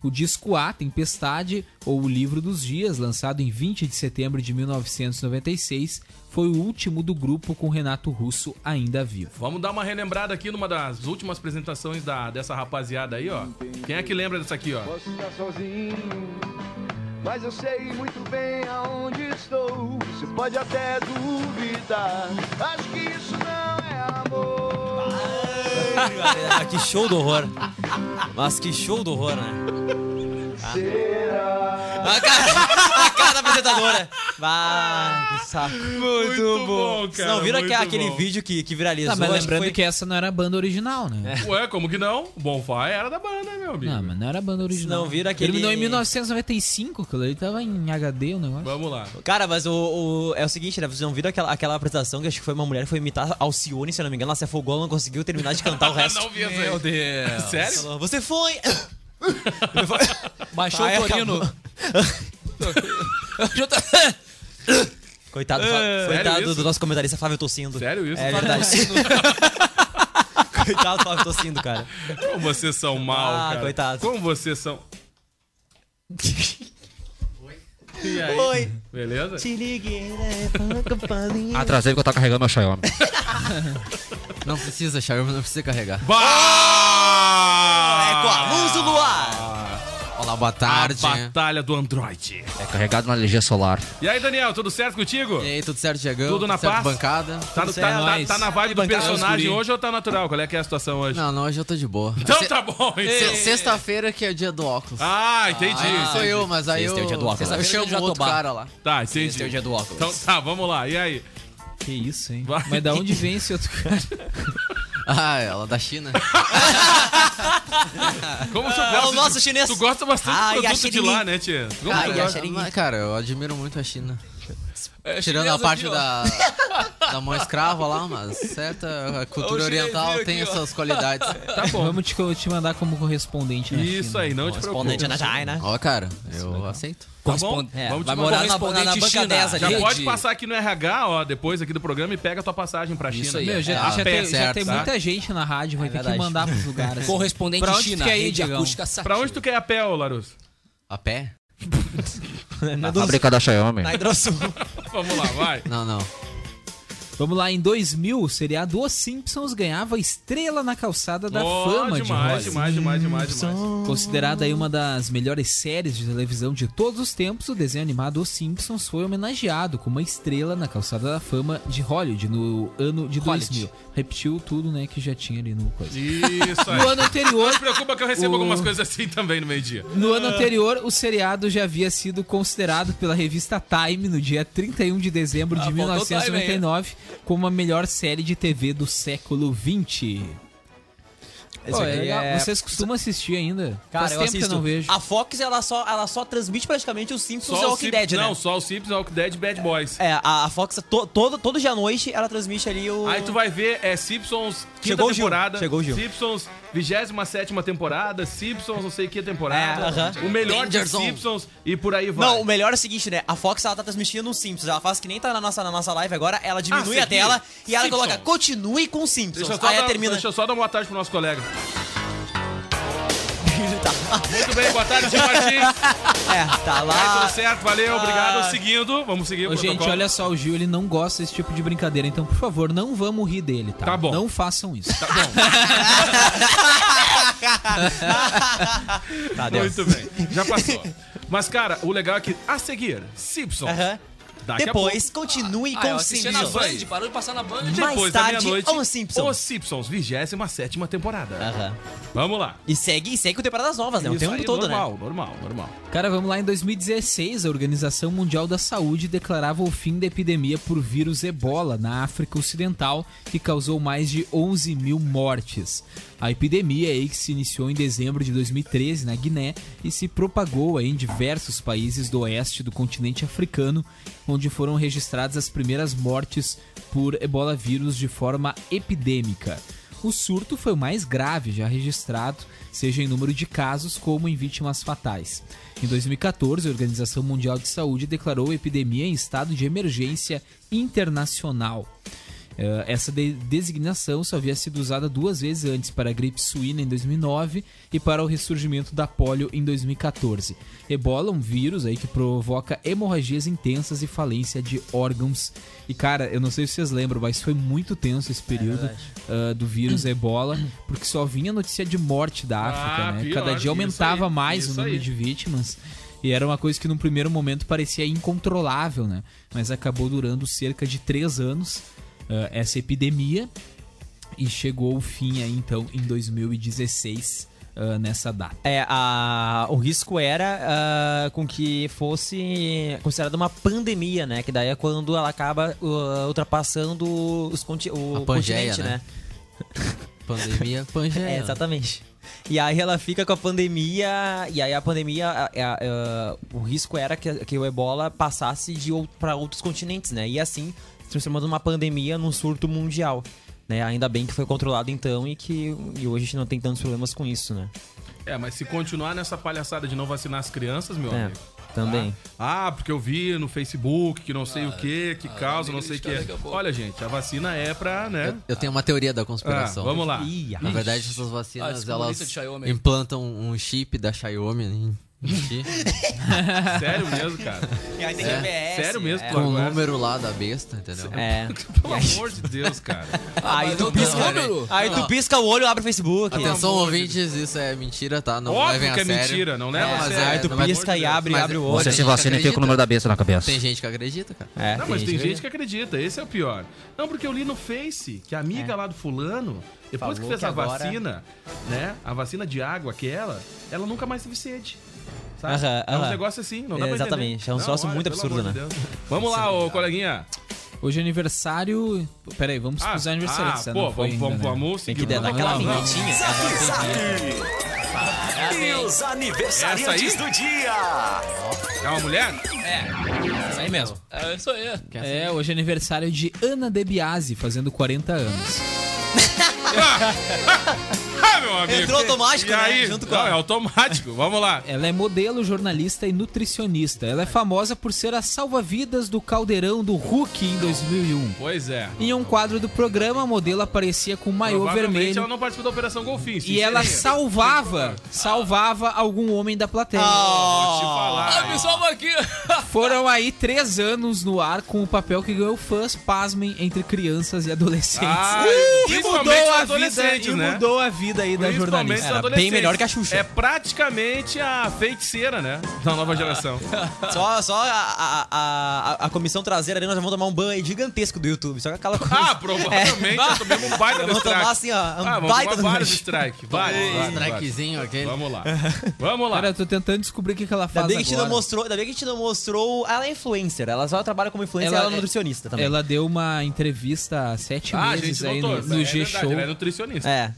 Speaker 12: O disco A, Tempestade, ou O Livro dos Dias, lançado em 20 de setembro de 1996, foi o último do grupo com Renato Russo ainda vivo.
Speaker 10: Vamos dar uma relembrada aqui numa das últimas apresentações da, dessa rapaziada aí, ó. Quem é que lembra dessa aqui, ó?
Speaker 15: Posso estar sozinho, mas eu sei muito bem aonde estou. Você pode até duvidar, acho que isso não é amor.
Speaker 11: Ah, que show do horror. Mas que show do horror, né?
Speaker 15: Será?
Speaker 11: A cara, a cara da apresentadora. Ah, que saco. Muito,
Speaker 10: bom, cara,
Speaker 11: Não, viram
Speaker 10: muito
Speaker 11: que aquele
Speaker 10: bom.
Speaker 11: vídeo que, que viralizou?
Speaker 12: Tá, mas
Speaker 11: acho
Speaker 12: lembrando
Speaker 11: que
Speaker 12: que,
Speaker 11: foi-
Speaker 12: essa não era a banda original,
Speaker 11: É.
Speaker 12: né?
Speaker 10: Ué, como que não? Bonfire era da banda, meu amigo.
Speaker 13: Ah,
Speaker 12: Não, mas não era a banda original.
Speaker 11: Não, vira aquele-
Speaker 12: Terminou em 1995, aquilo ali tava em HD o negócio.
Speaker 10: Vamos lá.
Speaker 11: Cara, mas o, o- é o seguinte, né? Vocês não viram aquela, aquela apresentação que acho que foi uma mulher que foi imitar Alcione, se eu não me engano. Ela se afogou, ela não conseguiu terminar de cantar o resto.
Speaker 10: Não vi essa aí. Meu
Speaker 11: Deus.
Speaker 10: Sério?
Speaker 11: Você foi...
Speaker 13: Baixou
Speaker 11: Aí
Speaker 13: o Torino.
Speaker 11: Coitado, Fa-
Speaker 13: É,
Speaker 11: coitado
Speaker 13: sério isso?
Speaker 11: do nosso comentarista Flávio Tossindo. Sério
Speaker 10: isso?
Speaker 11: É
Speaker 10: Flávio
Speaker 11: verdade. coitado do Flávio Tossindo, cara.
Speaker 10: Como vocês são mal,
Speaker 11: Ah,
Speaker 10: cara.
Speaker 11: coitado.
Speaker 10: Como vocês são... Oi. E aí?
Speaker 11: Oi.
Speaker 10: Beleza?
Speaker 11: Te liguei,
Speaker 5: Atrasei porque eu tava carregando meu Xiaomi. não precisa, Xiaomi, não precisa carregar.
Speaker 10: Bah!
Speaker 11: É com a luz do luar.
Speaker 5: Olá, boa tarde.
Speaker 10: A batalha do Android.
Speaker 5: É carregado na energia solar.
Speaker 10: E aí, Daniel, tudo certo contigo? E
Speaker 5: aí, tudo certo, Diegão?
Speaker 10: Tudo na
Speaker 5: Tudo certo,
Speaker 10: paz?
Speaker 5: bancada?
Speaker 10: Tá,
Speaker 5: Tudo
Speaker 10: tá-
Speaker 5: certo.
Speaker 10: tá-
Speaker 5: Nós.
Speaker 10: tá na vibe do
Speaker 5: Bancada,
Speaker 10: personagem
Speaker 5: os guri.
Speaker 10: hoje ou tá natural? Qual é que é a situação hoje?
Speaker 5: Não, não, hoje eu tô de boa.
Speaker 10: Então
Speaker 5: Se-
Speaker 10: tá bom, então.
Speaker 5: Se- Sexta-feira que é dia do óculos.
Speaker 10: Ah, entendi.
Speaker 5: Ah, sou eu, mas aí
Speaker 10: Sexta é
Speaker 5: eu...
Speaker 10: o dia do óculos.
Speaker 5: Eu
Speaker 10: Sexta-feira é o dia
Speaker 5: chamo
Speaker 10: do
Speaker 5: outro
Speaker 10: Otobá.
Speaker 5: cara lá.
Speaker 10: Tá, entendi.
Speaker 5: Esse é o dia do óculos.
Speaker 10: Então tá, vamos lá. E aí?
Speaker 12: Que isso, hein?
Speaker 10: Vai.
Speaker 12: Mas da onde vem esse outro cara?
Speaker 5: Ah,
Speaker 11: é,
Speaker 5: ela da China.
Speaker 10: Como tu
Speaker 11: Ah,
Speaker 10: gosta
Speaker 11: é o nosso
Speaker 10: de-
Speaker 11: chinês.
Speaker 10: Tu gosta bastante
Speaker 11: Ai,
Speaker 10: do produto de
Speaker 11: Yashirin.
Speaker 10: lá, né, tia? Tu gosta
Speaker 5: Ah,
Speaker 10: do-
Speaker 5: mas, cara, eu admiro muito a China.
Speaker 13: É
Speaker 5: Tirando a
Speaker 10: assim,
Speaker 13: chinesa
Speaker 5: parte
Speaker 13: aqui, ó.
Speaker 5: da, da mão escrava lá, mas certa a cultura
Speaker 13: Olha o chinesinho
Speaker 5: oriental tem
Speaker 13: aqui, ó.
Speaker 5: essas qualidades.
Speaker 10: Tá bom.
Speaker 12: Vamos te, te mandar como correspondente né? na
Speaker 10: Isso
Speaker 12: China.
Speaker 10: aí, não te preocupe.
Speaker 11: Correspondente na China.
Speaker 5: Ó, cara, eu aceito. Tá
Speaker 10: Tá bom?
Speaker 11: É,
Speaker 10: Vamos te
Speaker 11: vai morar
Speaker 10: mandar um
Speaker 11: na- na
Speaker 10: correspondente
Speaker 11: banca
Speaker 10: China.
Speaker 11: 10 ali.
Speaker 10: Já
Speaker 11: Entendi.
Speaker 10: pode passar aqui no RH, ó, depois aqui do programa e pega a tua passagem pra China.
Speaker 12: Isso aí. Meu, já,
Speaker 5: Tá.
Speaker 12: já tem, já tem muita gente na rádio, vai ter que
Speaker 10: verdade.
Speaker 12: mandar pros lugares.
Speaker 10: Correspondente
Speaker 12: pra onde
Speaker 10: China,
Speaker 12: Tu quer ir,
Speaker 10: rede
Speaker 12: Diegão?
Speaker 10: acústica Pra onde tu quer ir a pé, ô Larus?
Speaker 5: A pé?
Speaker 11: Na
Speaker 5: fábrica da Xiaomi.
Speaker 11: Na hidrosul.
Speaker 10: Vamos lá, vai.
Speaker 5: Não, não.
Speaker 12: Vamos lá, em 2000, o seriado Os Simpsons ganhava estrela na calçada da
Speaker 10: Ó,
Speaker 12: fama de
Speaker 10: demais,
Speaker 12: Hollywood.
Speaker 10: demais, demais, demais,
Speaker 11: Hum.
Speaker 10: demais.
Speaker 12: Considerada aí uma das melhores séries de televisão de todos os tempos, o desenho animado Os Simpsons foi homenageado com uma estrela na calçada da fama de Hollywood no ano de 2000. Repetiu tudo, né, que já tinha ali no coisa.
Speaker 10: Isso aí.
Speaker 12: No ano anterior-
Speaker 10: Não se preocupa que eu recebo
Speaker 12: o-
Speaker 10: algumas coisas assim também no meio-dia.
Speaker 12: No ano anterior, o seriado já havia sido considerado pela revista Time no dia 31 de dezembro de
Speaker 13: Ah, faltou
Speaker 12: 1999 como a melhor série de TV do século 20.
Speaker 11: Esse aqui é-
Speaker 12: Vocês costumam assistir ainda?
Speaker 11: Cara,
Speaker 12: Faz
Speaker 11: eu
Speaker 12: tempo
Speaker 11: assisto.
Speaker 12: que eu não vejo.
Speaker 11: A Fox, ela só, ela só transmite praticamente os Simpsons
Speaker 10: Só
Speaker 11: e o
Speaker 10: o
Speaker 11: Walking
Speaker 10: Simp-
Speaker 11: Dead,
Speaker 10: Não,
Speaker 11: né?
Speaker 10: só o Simpsons, Walking Dead Bad Boys.
Speaker 11: É, a, a Fox, to, todo, todo dia à noite, ela transmite ali o...
Speaker 10: Aí tu vai ver, é Simpsons, quinta
Speaker 11: Chegou o Gil.
Speaker 10: temporada.
Speaker 11: Chegou o Gil.
Speaker 10: Simpsons, 27 temporada. Simpsons, não sei que temporada.
Speaker 11: É, aham.
Speaker 10: O melhor de
Speaker 11: Danger Zone.
Speaker 10: Simpsons e por aí vai.
Speaker 11: Não, o melhor é o seguinte, né? A Fox, ela tá transmitindo os Simpsons. Ela faz que nem tá na nossa, na nossa live agora. Ela diminui
Speaker 10: Ah,
Speaker 11: a tela
Speaker 10: seguiu.
Speaker 11: e ela
Speaker 10: Simpsons.
Speaker 11: coloca, continue com os Simpsons.
Speaker 10: Deixa eu, só
Speaker 11: Aí
Speaker 10: dar,
Speaker 11: ela termina...
Speaker 10: deixa eu só dar uma boa tarde pro nosso colega.
Speaker 11: Tá.
Speaker 10: Muito bem, boa tarde, Gil Martins.
Speaker 11: É, tá lá.
Speaker 10: Aí, tudo certo, valeu,
Speaker 12: Ah.
Speaker 10: obrigado. Seguindo, vamos seguir o
Speaker 12: Ô, gente,
Speaker 10: protocolo.
Speaker 12: olha só, o Gil ele não gosta desse tipo de brincadeira, então por favor, não vamos rir dele, tá? Tá bom. Não façam isso. Tá
Speaker 11: bom.
Speaker 12: tá, deu.
Speaker 10: Muito bem, já passou. Mas, cara, o legal é que a seguir, Simpsons.
Speaker 11: Aham.
Speaker 10: Daqui a
Speaker 11: Depois,
Speaker 10: pouco-
Speaker 11: continue
Speaker 13: Ah,
Speaker 11: com
Speaker 13: eu
Speaker 11: os
Speaker 13: assistia na
Speaker 11: Simpsons.
Speaker 13: Band, parou de passar na Band.
Speaker 11: Mais
Speaker 10: Depois da
Speaker 11: tarde,
Speaker 10: meia-noite,
Speaker 11: Os Simpsons. É.
Speaker 10: Os Simpsons, 27 temporada. Vamos lá.
Speaker 11: E segue, e segue com temporadas novas, né? O
Speaker 10: Isso
Speaker 11: tempo
Speaker 10: aí,
Speaker 11: todo,
Speaker 10: normal,
Speaker 11: né?
Speaker 10: Normal, normal,
Speaker 12: Cara, vamos lá. Em 2016, a Organização Mundial da Saúde declarava o fim da epidemia por vírus ebola na África Ocidental, que causou mais de 11 mil mortes. A epidemia aí que se iniciou em dezembro de 2013 na Guiné e se propagou aí em diversos países do oeste do continente africano, onde foram registradas as primeiras mortes por ebola vírus de forma epidêmica. O surto foi o mais grave já registrado, seja em número de casos como em vítimas fatais. Em 2014, a Organização Mundial de Saúde declarou a epidemia em estado de emergência internacional. Eh, Essa de- designação só havia sido usada duas vezes antes para a gripe suína em 2009 e para o ressurgimento da polio em 2014. Ebola é um vírus aí que provoca hemorragias intensas e falência de órgãos. E cara, eu não sei se vocês lembram, mas foi muito tenso esse período
Speaker 11: verdade.
Speaker 12: ah, do vírus Ebola, porque só vinha notícia de morte da África,
Speaker 11: Ah,
Speaker 12: né?
Speaker 11: pior,
Speaker 12: Cada
Speaker 11: isso
Speaker 12: dia aumentava
Speaker 11: aí,
Speaker 12: mais o
Speaker 11: isso
Speaker 12: número
Speaker 11: aí.
Speaker 12: de vítimas. E era uma coisa que num primeiro momento parecia incontrolável, né? Mas acabou durando cerca de três anos ah, essa epidemia. E chegou o fim aí, então, em 2016. ah, nessa data.
Speaker 11: É, a, o risco era ah, com que fosse considerada uma pandemia, né? Que daí é quando ela acaba ah, ultrapassando os conti o
Speaker 5: A Pangeia,
Speaker 11: continente,
Speaker 5: né? Pandemia, Pangeia.
Speaker 11: É, exatamente. E aí ela fica com a pandemia, e aí a pandemia, a- a- a- o risco era que, que o ebola passasse de ou, para outros continentes, né? E assim, se transformando numa pandemia, num surto mundial. Né? Ainda bem que foi controlado então e que e hoje a gente não tem tantos problemas com isso, né?
Speaker 10: É, mas se continuar nessa palhaçada de não vacinar as crianças, meu
Speaker 11: É,
Speaker 10: amigo.
Speaker 11: também.
Speaker 10: Ah, ah, porque eu vi no Facebook que não sei o que, que causa, não sei o que.
Speaker 5: daqui a pouco.
Speaker 10: Olha, gente, a vacina é pra, né?
Speaker 5: Eu tenho uma teoria da conspiração.
Speaker 10: Ah, vamos lá.
Speaker 5: Ih, Na verdade, essas
Speaker 10: Ah,
Speaker 5: vacinas,
Speaker 10: esse
Speaker 5: elas
Speaker 10: comunista de Xiaomi aí.
Speaker 5: implantam um chip da Xiaomi né? Um em- em ti.
Speaker 10: Sério mesmo, cara? E aí tem GPS,
Speaker 5: Sério mesmo,
Speaker 10: é.
Speaker 5: Com o
Speaker 10: agora.
Speaker 5: número lá da besta, entendeu?
Speaker 11: É.
Speaker 10: Pelo amor de Deus, cara.
Speaker 11: Aí tu pisca, aí tu pisca o olho, abre o Facebook.
Speaker 5: Atenção, ouvintes, isso é mentira, tá? Não
Speaker 11: Óbvio
Speaker 5: levem a
Speaker 11: que é
Speaker 5: sério.
Speaker 11: mentira, não leva a
Speaker 5: mas é,
Speaker 11: sério.
Speaker 10: É,
Speaker 11: Aí tu
Speaker 5: não vai-
Speaker 11: pisca e abre-
Speaker 5: Mas
Speaker 11: abre o
Speaker 5: tem
Speaker 11: olho.
Speaker 5: gente
Speaker 16: Você se
Speaker 5: que
Speaker 16: vacina e fica com o número da besta
Speaker 5: acredita.
Speaker 16: na cabeça.
Speaker 5: Tem gente que acredita, cara.
Speaker 11: É
Speaker 10: não, mas tem gente que acredita, esse é o pior. Não, porque eu li no Face que a amiga
Speaker 11: É.
Speaker 10: lá do fulano, depois que
Speaker 13: Falou
Speaker 10: fez
Speaker 13: que
Speaker 10: a
Speaker 13: agora-
Speaker 10: vacina, né? A vacina de água aquela, ela nunca mais teve sede. Sabe?
Speaker 11: Aham,
Speaker 10: é um
Speaker 11: aham.
Speaker 10: negócio assim, não dá
Speaker 11: É,
Speaker 10: pra
Speaker 11: exatamente,
Speaker 10: entender.
Speaker 11: é um
Speaker 10: Não,
Speaker 11: troço
Speaker 10: olha,
Speaker 11: muito
Speaker 10: pelo
Speaker 11: absurdo,
Speaker 10: amor de
Speaker 11: né?
Speaker 10: Deus. Vamos lá, ô coleguinha.
Speaker 12: Hoje é aniversário. Pera aí, vamos
Speaker 10: Ah,
Speaker 12: os aniversariantes.
Speaker 10: ah,
Speaker 12: né?
Speaker 10: pô,
Speaker 12: Não foi
Speaker 10: vamos- vamos-
Speaker 12: ainda, né?
Speaker 10: vamos
Speaker 12: Tem
Speaker 10: seguir,
Speaker 12: que dar
Speaker 10: vamos
Speaker 12: aquela
Speaker 10: lá, vamos.
Speaker 11: né?
Speaker 12: vinhetinha.
Speaker 10: Zap, zap.
Speaker 14: E os aniversariantes
Speaker 10: Essa
Speaker 14: do dia.
Speaker 10: É uma mulher?
Speaker 12: É. Isso aí mesmo.
Speaker 13: É isso aí.
Speaker 12: É, hoje é aniversário de Ana De Biasi, fazendo 40 anos.
Speaker 10: Ah, meu amigo.
Speaker 12: Entrou automático,
Speaker 10: e
Speaker 12: né?
Speaker 10: aí?
Speaker 12: Junto com
Speaker 10: não,
Speaker 12: ela.
Speaker 10: é automático. Vamos lá.
Speaker 12: Ela é modelo, jornalista e nutricionista. Ela é famosa por ser a salva-vidas do caldeirão do Hulk em 2001.
Speaker 10: Pois é.
Speaker 12: Em um quadro do programa, a modelo aparecia com um maiô
Speaker 10: Provavelmente é
Speaker 12: vermelho
Speaker 10: ela não participou da Operação Golfinho.
Speaker 12: e ela
Speaker 10: sinceramente.
Speaker 12: salvava, salvava algum homem da plateia.
Speaker 13: Vou te falar. Ah, me salva aqui.
Speaker 12: Foram aí três anos no ar com o papel que ganhou fãs, pasmem, entre crianças e adolescentes.
Speaker 10: Ah,
Speaker 12: e
Speaker 10: principalmente
Speaker 12: mudou a vida,
Speaker 10: adolescentes,
Speaker 12: e
Speaker 10: né?
Speaker 12: mudou a vida aí da
Speaker 10: Principalmente
Speaker 12: jornalista.
Speaker 10: os adolescentes. É praticamente a feiticeira, né? Da nova geração.
Speaker 11: Só, só a, a, a, a- a comissão traseira ali, nós vamos tomar um banho gigantesco do YouTube. Só que aquela coisa.
Speaker 10: Ah, provavelmente
Speaker 11: É.
Speaker 10: nós tomamos um baita do
Speaker 11: Vamos tomar
Speaker 10: strike.
Speaker 11: assim, ó. Um
Speaker 10: Ah, vamos
Speaker 11: baita do
Speaker 10: tomar vários
Speaker 11: lanche.
Speaker 10: strike. Vários, vários,
Speaker 5: strikezinho
Speaker 10: vários.
Speaker 5: aquele.
Speaker 10: Vamos lá. Vamos lá.
Speaker 12: Cara, eu tô tentando descobrir o que, que ela faz
Speaker 11: Ainda bem, que a gente não
Speaker 12: agora.
Speaker 11: mostrou, ainda bem que a gente não mostrou. Ela é influencer, ela só trabalha como influencer ela, ela é nutricionista também.
Speaker 12: Ela deu uma entrevista há sete
Speaker 11: Ah, a
Speaker 12: meses
Speaker 11: gente
Speaker 12: aí
Speaker 11: notou,
Speaker 12: no,
Speaker 11: isso
Speaker 12: no
Speaker 11: aí é verdade,
Speaker 12: G-Show.
Speaker 11: ela é
Speaker 10: nutricionista.
Speaker 11: É.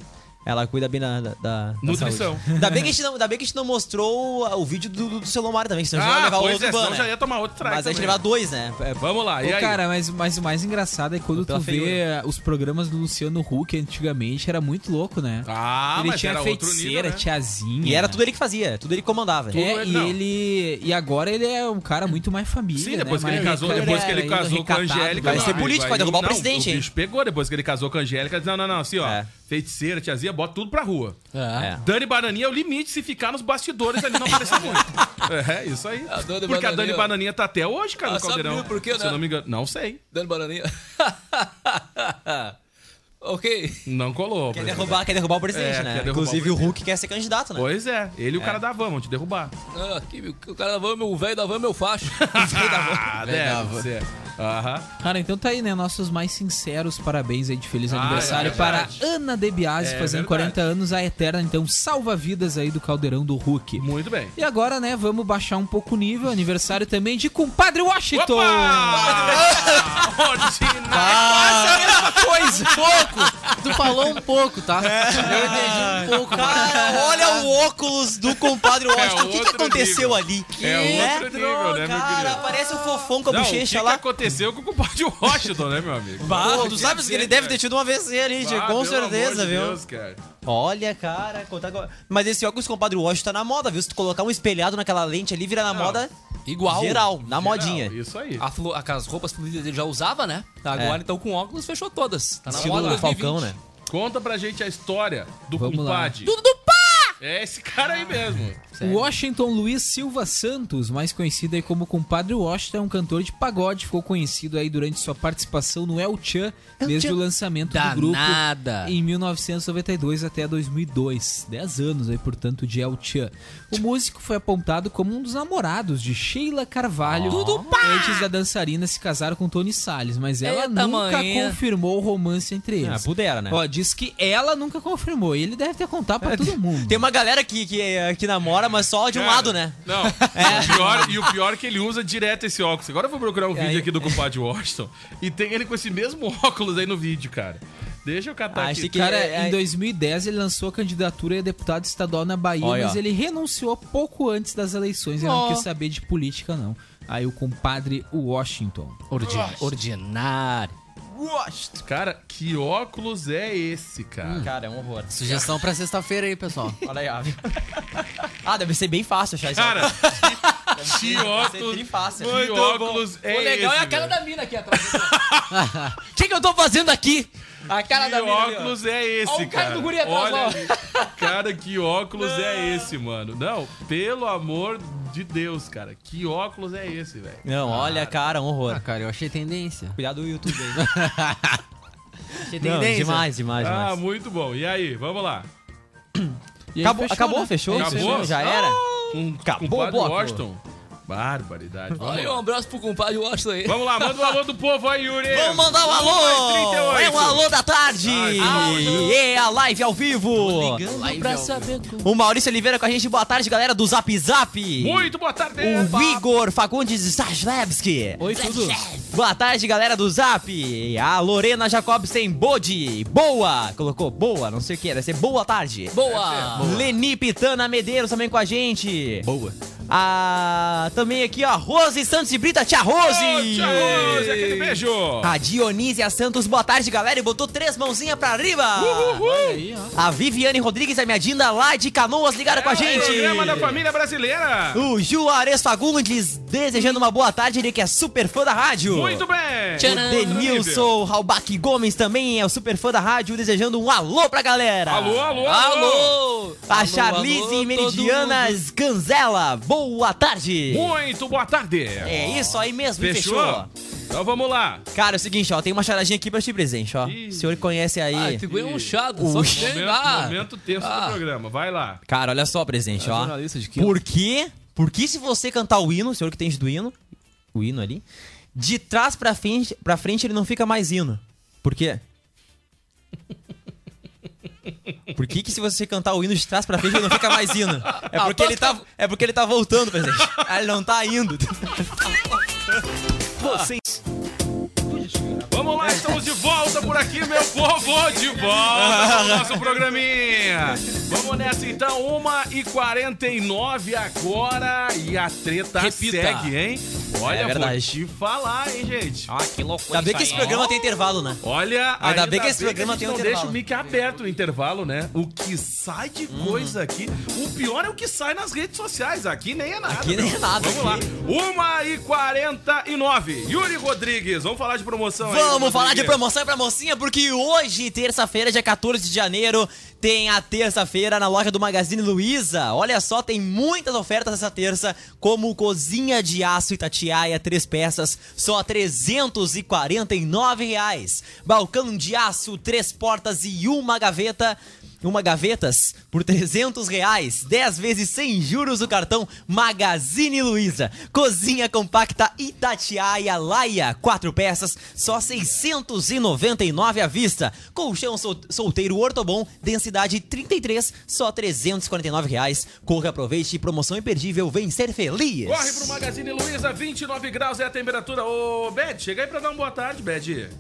Speaker 11: Ela cuida bem da, da, da da
Speaker 10: Nutrição.
Speaker 11: saúde. Ainda bem, que a gente não, ainda bem que a gente não mostrou ah, o vídeo do, do seu Lomar também, senão a gente
Speaker 10: Ah,
Speaker 11: vai levar
Speaker 10: pois
Speaker 11: outro
Speaker 10: é,
Speaker 11: ban,
Speaker 10: senão
Speaker 11: né?
Speaker 10: já ia tomar outro strike
Speaker 11: Mas a gente
Speaker 10: também.
Speaker 11: levar dois, né? É,
Speaker 10: Vamos lá,
Speaker 12: Ô, cara, mas, mas o mais engraçado é quando tu
Speaker 11: Pela
Speaker 12: vê os programas do Luciano Huck antigamente, era muito louco, né?
Speaker 10: Ah,
Speaker 12: Ele
Speaker 11: mas
Speaker 12: tinha
Speaker 11: era outro
Speaker 12: feiticeira,
Speaker 11: nível, né?
Speaker 12: tiazinha.
Speaker 11: E era tudo ele que fazia, tudo ele que comandava.
Speaker 12: É, e ele. E agora ele é um cara muito mais família.
Speaker 10: Sim,
Speaker 12: né?
Speaker 10: depois que
Speaker 12: Mais
Speaker 10: ele casou,
Speaker 12: reca-
Speaker 10: depois que ele
Speaker 12: é,
Speaker 10: casou com a
Speaker 12: recatado.
Speaker 10: Angélica.
Speaker 11: Vai
Speaker 10: não,
Speaker 11: ser
Speaker 10: amigo,
Speaker 11: político,
Speaker 10: aí-
Speaker 11: vai derrubar o
Speaker 10: não,
Speaker 11: presidente,
Speaker 10: O
Speaker 11: hein?
Speaker 10: bicho pegou depois que ele casou com a Angélica. Não, não, não, assim, ó. Feiticeira, tiazinha, bota tudo pra rua.
Speaker 13: É.
Speaker 10: Dani Bananinha é o limite se ficar nos bastidores ali não aparecer muito. É, isso aí.
Speaker 13: A Dani
Speaker 10: Porque a Dani
Speaker 13: Bananinha-
Speaker 10: Bananinha tá até hoje, cara,
Speaker 13: Ah,
Speaker 10: no
Speaker 13: sabe
Speaker 10: Caldeirão.
Speaker 13: por quê,
Speaker 10: Se
Speaker 13: né?
Speaker 10: eu não me engano. Não sei.
Speaker 13: Dando bananinha. ok.
Speaker 10: Não colou. Quer
Speaker 11: derrubar- quer derrubar o
Speaker 12: É,
Speaker 11: presidente, né? Inclusive, o Hulk quer ser candidato, né?
Speaker 10: Pois é. Ele e o
Speaker 13: É.
Speaker 10: cara da van vão te derrubar.
Speaker 13: Ah, que, o cara da van, meu o velho da van, é meu facho.
Speaker 10: Ah, deve ser. Aham.
Speaker 12: Cara, então tá aí, né? Nossos mais sinceros parabéns aí de feliz
Speaker 10: Ah,
Speaker 12: aniversário
Speaker 10: é
Speaker 12: para
Speaker 10: verdade.
Speaker 12: Ana De Biasi,
Speaker 10: É
Speaker 12: fazendo
Speaker 10: verdade.
Speaker 12: 40 anos, a eterna, então, salva-vidas aí do caldeirão do Hulk.
Speaker 10: Muito bem.
Speaker 12: E agora, né, vamos baixar um pouco o nível, aniversário também de Compadre Washington!
Speaker 11: Tá,
Speaker 10: Ah,
Speaker 12: coisa!
Speaker 5: pouco! Tu falou um pouco, tá? Eu entendi um pouco.
Speaker 11: Cara, olha o óculos do compadre
Speaker 12: É
Speaker 11: Washington. o que, que
Speaker 10: outro
Speaker 11: aconteceu
Speaker 10: nível.
Speaker 11: ali?
Speaker 10: É outro
Speaker 11: né?
Speaker 10: nível, né, meu
Speaker 11: Cara,
Speaker 10: querido?
Speaker 11: parece o fofão com a
Speaker 10: Não, o
Speaker 11: bochecha
Speaker 10: que
Speaker 11: lá.
Speaker 10: que aconteceu com o compadre Washington, né, meu amigo?
Speaker 11: Bah,
Speaker 10: Pô,
Speaker 11: tu sabes que ele deve
Speaker 10: cacete,
Speaker 12: né?
Speaker 11: ter
Speaker 10: velho.
Speaker 11: tido um AVC
Speaker 12: Ah,
Speaker 11: ali,
Speaker 10: Bah,
Speaker 11: gente,
Speaker 10: pelo
Speaker 11: com certeza,
Speaker 10: amor de
Speaker 11: viu?
Speaker 10: Deus, cara.
Speaker 11: Olha, cara, contar com- mas esse óculos compadre Washington tá na moda, viu? Se tu colocar um espelhado naquela lente ali, vira na moda
Speaker 13: Igual.
Speaker 11: geral, na modinha.
Speaker 10: Isso aí.
Speaker 13: A flu- aquelas roupas fluidas ele já usava, né? Agora,
Speaker 11: É.
Speaker 13: então, com óculos, fechou todas. Tá na
Speaker 11: Estilo
Speaker 13: moda
Speaker 11: Falcão,
Speaker 13: 2020.
Speaker 11: né?
Speaker 10: Conta pra gente a história do
Speaker 12: Vamos lá.
Speaker 10: compadre.
Speaker 13: Tudo do pá!
Speaker 10: É esse cara aí mesmo.
Speaker 12: Washington Luiz Silva Santos, mais conhecido aí como Compadre Washington, é um cantor de pagode, ficou conhecido aí durante sua participação no El Chan, desde o lançamento
Speaker 11: Tá.
Speaker 12: do grupo
Speaker 5: Danada.
Speaker 13: um
Speaker 12: em 1992 até 2002. 10 anos aí, portanto, de El Chan. O músico foi apontado como um dos namorados de Sheila Carvalho,
Speaker 13: Tudo
Speaker 12: antes da dançarina se casar com Tony Salles, mas ela
Speaker 13: Eita,
Speaker 12: nunca
Speaker 13: manhã.
Speaker 12: confirmou o romance entre eles.
Speaker 11: Ah, pudera, né? É,
Speaker 12: Ó, diz que ela nunca confirmou, e ele deve ter contado pra todo mundo.
Speaker 11: Tem uma galera que, que, que namora, mas só de um
Speaker 10: Cara,
Speaker 11: lado, né?
Speaker 10: Não, o pior, e o pior é que ele usa direto esse óculos. Agora eu vou procurar um vídeo aqui do compadre Washington e tem ele com esse mesmo óculos aí no vídeo, cara. Deixa eu
Speaker 11: Ah,
Speaker 10: catar aqui.
Speaker 11: é-
Speaker 12: cara,
Speaker 10: é.
Speaker 12: em 2010 ele lançou a candidatura a deputado estadual na Bahia,
Speaker 10: Olha,
Speaker 12: mas
Speaker 10: ó.
Speaker 12: ele renunciou pouco antes das eleições. Ele
Speaker 10: Ó.
Speaker 12: não quis saber de política, não. Aí o compadre Washington.
Speaker 5: ordinário.
Speaker 10: Cara, que óculos é esse, cara?
Speaker 11: Cara, é um horror.
Speaker 5: Sugestão pra sexta-feira aí, pessoal.
Speaker 11: Olha aí, ó. Ah, deve ser bem fácil achar isso.
Speaker 10: Cara,
Speaker 11: que
Speaker 10: óculos-
Speaker 11: fácil.
Speaker 10: que óculos é
Speaker 11: né? O legal é
Speaker 10: esse,
Speaker 11: a cara
Speaker 10: velho?
Speaker 11: da mina aqui atrás. O que, que eu tô fazendo aqui? A cara
Speaker 10: Que
Speaker 11: da mina. ali, ó.
Speaker 10: óculos é esse,
Speaker 11: Olha o cara do guri atrás,
Speaker 10: Olha
Speaker 11: ó. Ah.
Speaker 10: ali. Cara, que óculos é esse, mano? Não, pelo amor de Deus, cara. Que óculos é esse, velho?
Speaker 11: Não, olha, cara, um horror.
Speaker 5: Ah, cara, eu achei tendência.
Speaker 11: Cuidado do YouTube aí.
Speaker 5: achei
Speaker 11: Não,
Speaker 5: tendência.
Speaker 11: demais, demais,
Speaker 10: Ah,
Speaker 11: demais.
Speaker 10: muito bom. E aí, vamos lá.
Speaker 11: E aí acabou, fechou, acabou,
Speaker 10: né?
Speaker 11: fechou?
Speaker 10: É isso aí,
Speaker 11: Fechou,
Speaker 10: né?
Speaker 11: Já era?
Speaker 10: Um,
Speaker 11: acabou
Speaker 10: compadre
Speaker 11: o bloco.
Speaker 10: Washington. Barbaridade. Vamos
Speaker 13: Olha,
Speaker 10: lá.
Speaker 13: um abraço pro compadre Washington aí.
Speaker 10: Vamos lá, manda o alô do povo aí, Yuri.
Speaker 13: Vamos mandar o alô.
Speaker 10: 1, 38.
Speaker 11: um É o alô da tarde!
Speaker 10: Ah,
Speaker 11: e é a live ao vivo!
Speaker 13: Ligando pra saber como.
Speaker 11: O Maurício Oliveira com a gente, boa tarde, galera do Zap Zap!
Speaker 10: Muito boa tarde.
Speaker 11: O Igor Fagundes Zaslevski. Oi, tudo. Boa tarde, galera do Zap. A Lorena Jacobsen Bode. Boa. Colocou boa, não sei o que. Deve ser boa tarde.
Speaker 13: Boa.
Speaker 11: Leni Pitana Medeiros também com a gente.
Speaker 5: Boa.
Speaker 11: Ah, também aqui, ó, Rose Santos e Brita, tia Rose!
Speaker 10: tia Rose, aquele beijo.
Speaker 11: A Dionísia Santos, boa tarde, galera, e botou três mãozinhas pra arriba!
Speaker 10: Olha
Speaker 12: aí, ó.
Speaker 11: A Viviane Rodrigues e a minha Dinda lá de Canoas ligaram com a gente!
Speaker 10: Programa é da família brasileira.
Speaker 11: O Juarez Fagundes desejando uma boa tarde, ele que é super fã da rádio.
Speaker 10: Muito bem.
Speaker 11: O Denilson Halbach Gomes também é o super fã da rádio, desejando um alô pra galera.
Speaker 10: Alô, alô, alô.
Speaker 13: Alô.
Speaker 11: A
Speaker 13: Alô,
Speaker 11: Charlize
Speaker 13: alô,
Speaker 11: Meridiana
Speaker 13: todo
Speaker 11: Sganzella, boa tarde.
Speaker 10: Muito boa tarde.
Speaker 11: É isso aí mesmo,
Speaker 10: Fechou?
Speaker 11: fechou.
Speaker 10: Então vamos lá.
Speaker 11: Cara, é o seguinte, ó, tem uma charadinha aqui pra te presente, ó. O senhor conhece aí.
Speaker 13: Ah, tu ganhou um chado,
Speaker 11: Ui.
Speaker 13: só que tem
Speaker 10: Momento,
Speaker 13: lá.
Speaker 10: momento texto do programa, vai lá.
Speaker 11: Cara, olha só, presente,
Speaker 13: É
Speaker 11: ó.
Speaker 13: jornalista de quilo.
Speaker 11: Por quê? Por que se você cantar o hino, o senhor que tem do hino, o hino ali, de trás pra frente, pra frente ele não fica mais hino. Por quê? Por que, que se você cantar o hino de trás pra frente ele não fica mais hino? É porque ele tá, é porque ele tá voltando, presente. Ah, Ele não tá indo.
Speaker 4: Vocês.
Speaker 10: Vamos lá, estamos de volta por aqui, meu povo, de volta no nosso programinha. Vamos nessa então, 1h49 agora e a treta
Speaker 13: Repita.
Speaker 10: segue, hein? Olha,
Speaker 11: É
Speaker 10: vou
Speaker 11: verdade.
Speaker 10: te falar, hein, gente. Ah, que loucura.
Speaker 11: Ainda bem que esse programa tem intervalo, né?
Speaker 10: Olha,
Speaker 11: Ainda bem que esse programa
Speaker 10: a gente
Speaker 11: tem um
Speaker 10: não
Speaker 11: intervalo. Uhum.
Speaker 10: deixa o mic aberto no intervalo, né? O que sai de coisa aqui, o pior é o que sai nas redes sociais. Aqui nem é nada.
Speaker 11: Aqui nem
Speaker 10: meu.
Speaker 11: é nada,
Speaker 10: Vamos
Speaker 11: aqui.
Speaker 10: lá. 1 e 49 Yuri Rodrigues, vamos falar de promoção aí.
Speaker 11: Vamos
Speaker 10: Rodrigues.
Speaker 11: falar de promoção pra mocinha, porque hoje, terça-feira, dia 14 de janeiro, tem a terça-feira na loja do Magazine Luiza. Olha só, tem muitas ofertas essa terça, como cozinha de aço Itatiaia, três peças, só R$ 349 reais. Balcão de aço, três portas e uma gaveta. Uma gavetas por 300 reais, 10 vezes sem juros do cartão Magazine Luiza. Cozinha compacta Itatiaia Laia, 4 peças, só 699 à vista. Colchão sol- solteiro Ortobon, densidade 33, só 349 reais. Corra, aproveite, promoção imperdível, vem ser feliz.
Speaker 10: Corre pro Magazine Luiza, 29 graus é a temperatura. Ô, Bed, chega aí pra dar uma boa tarde, Bed.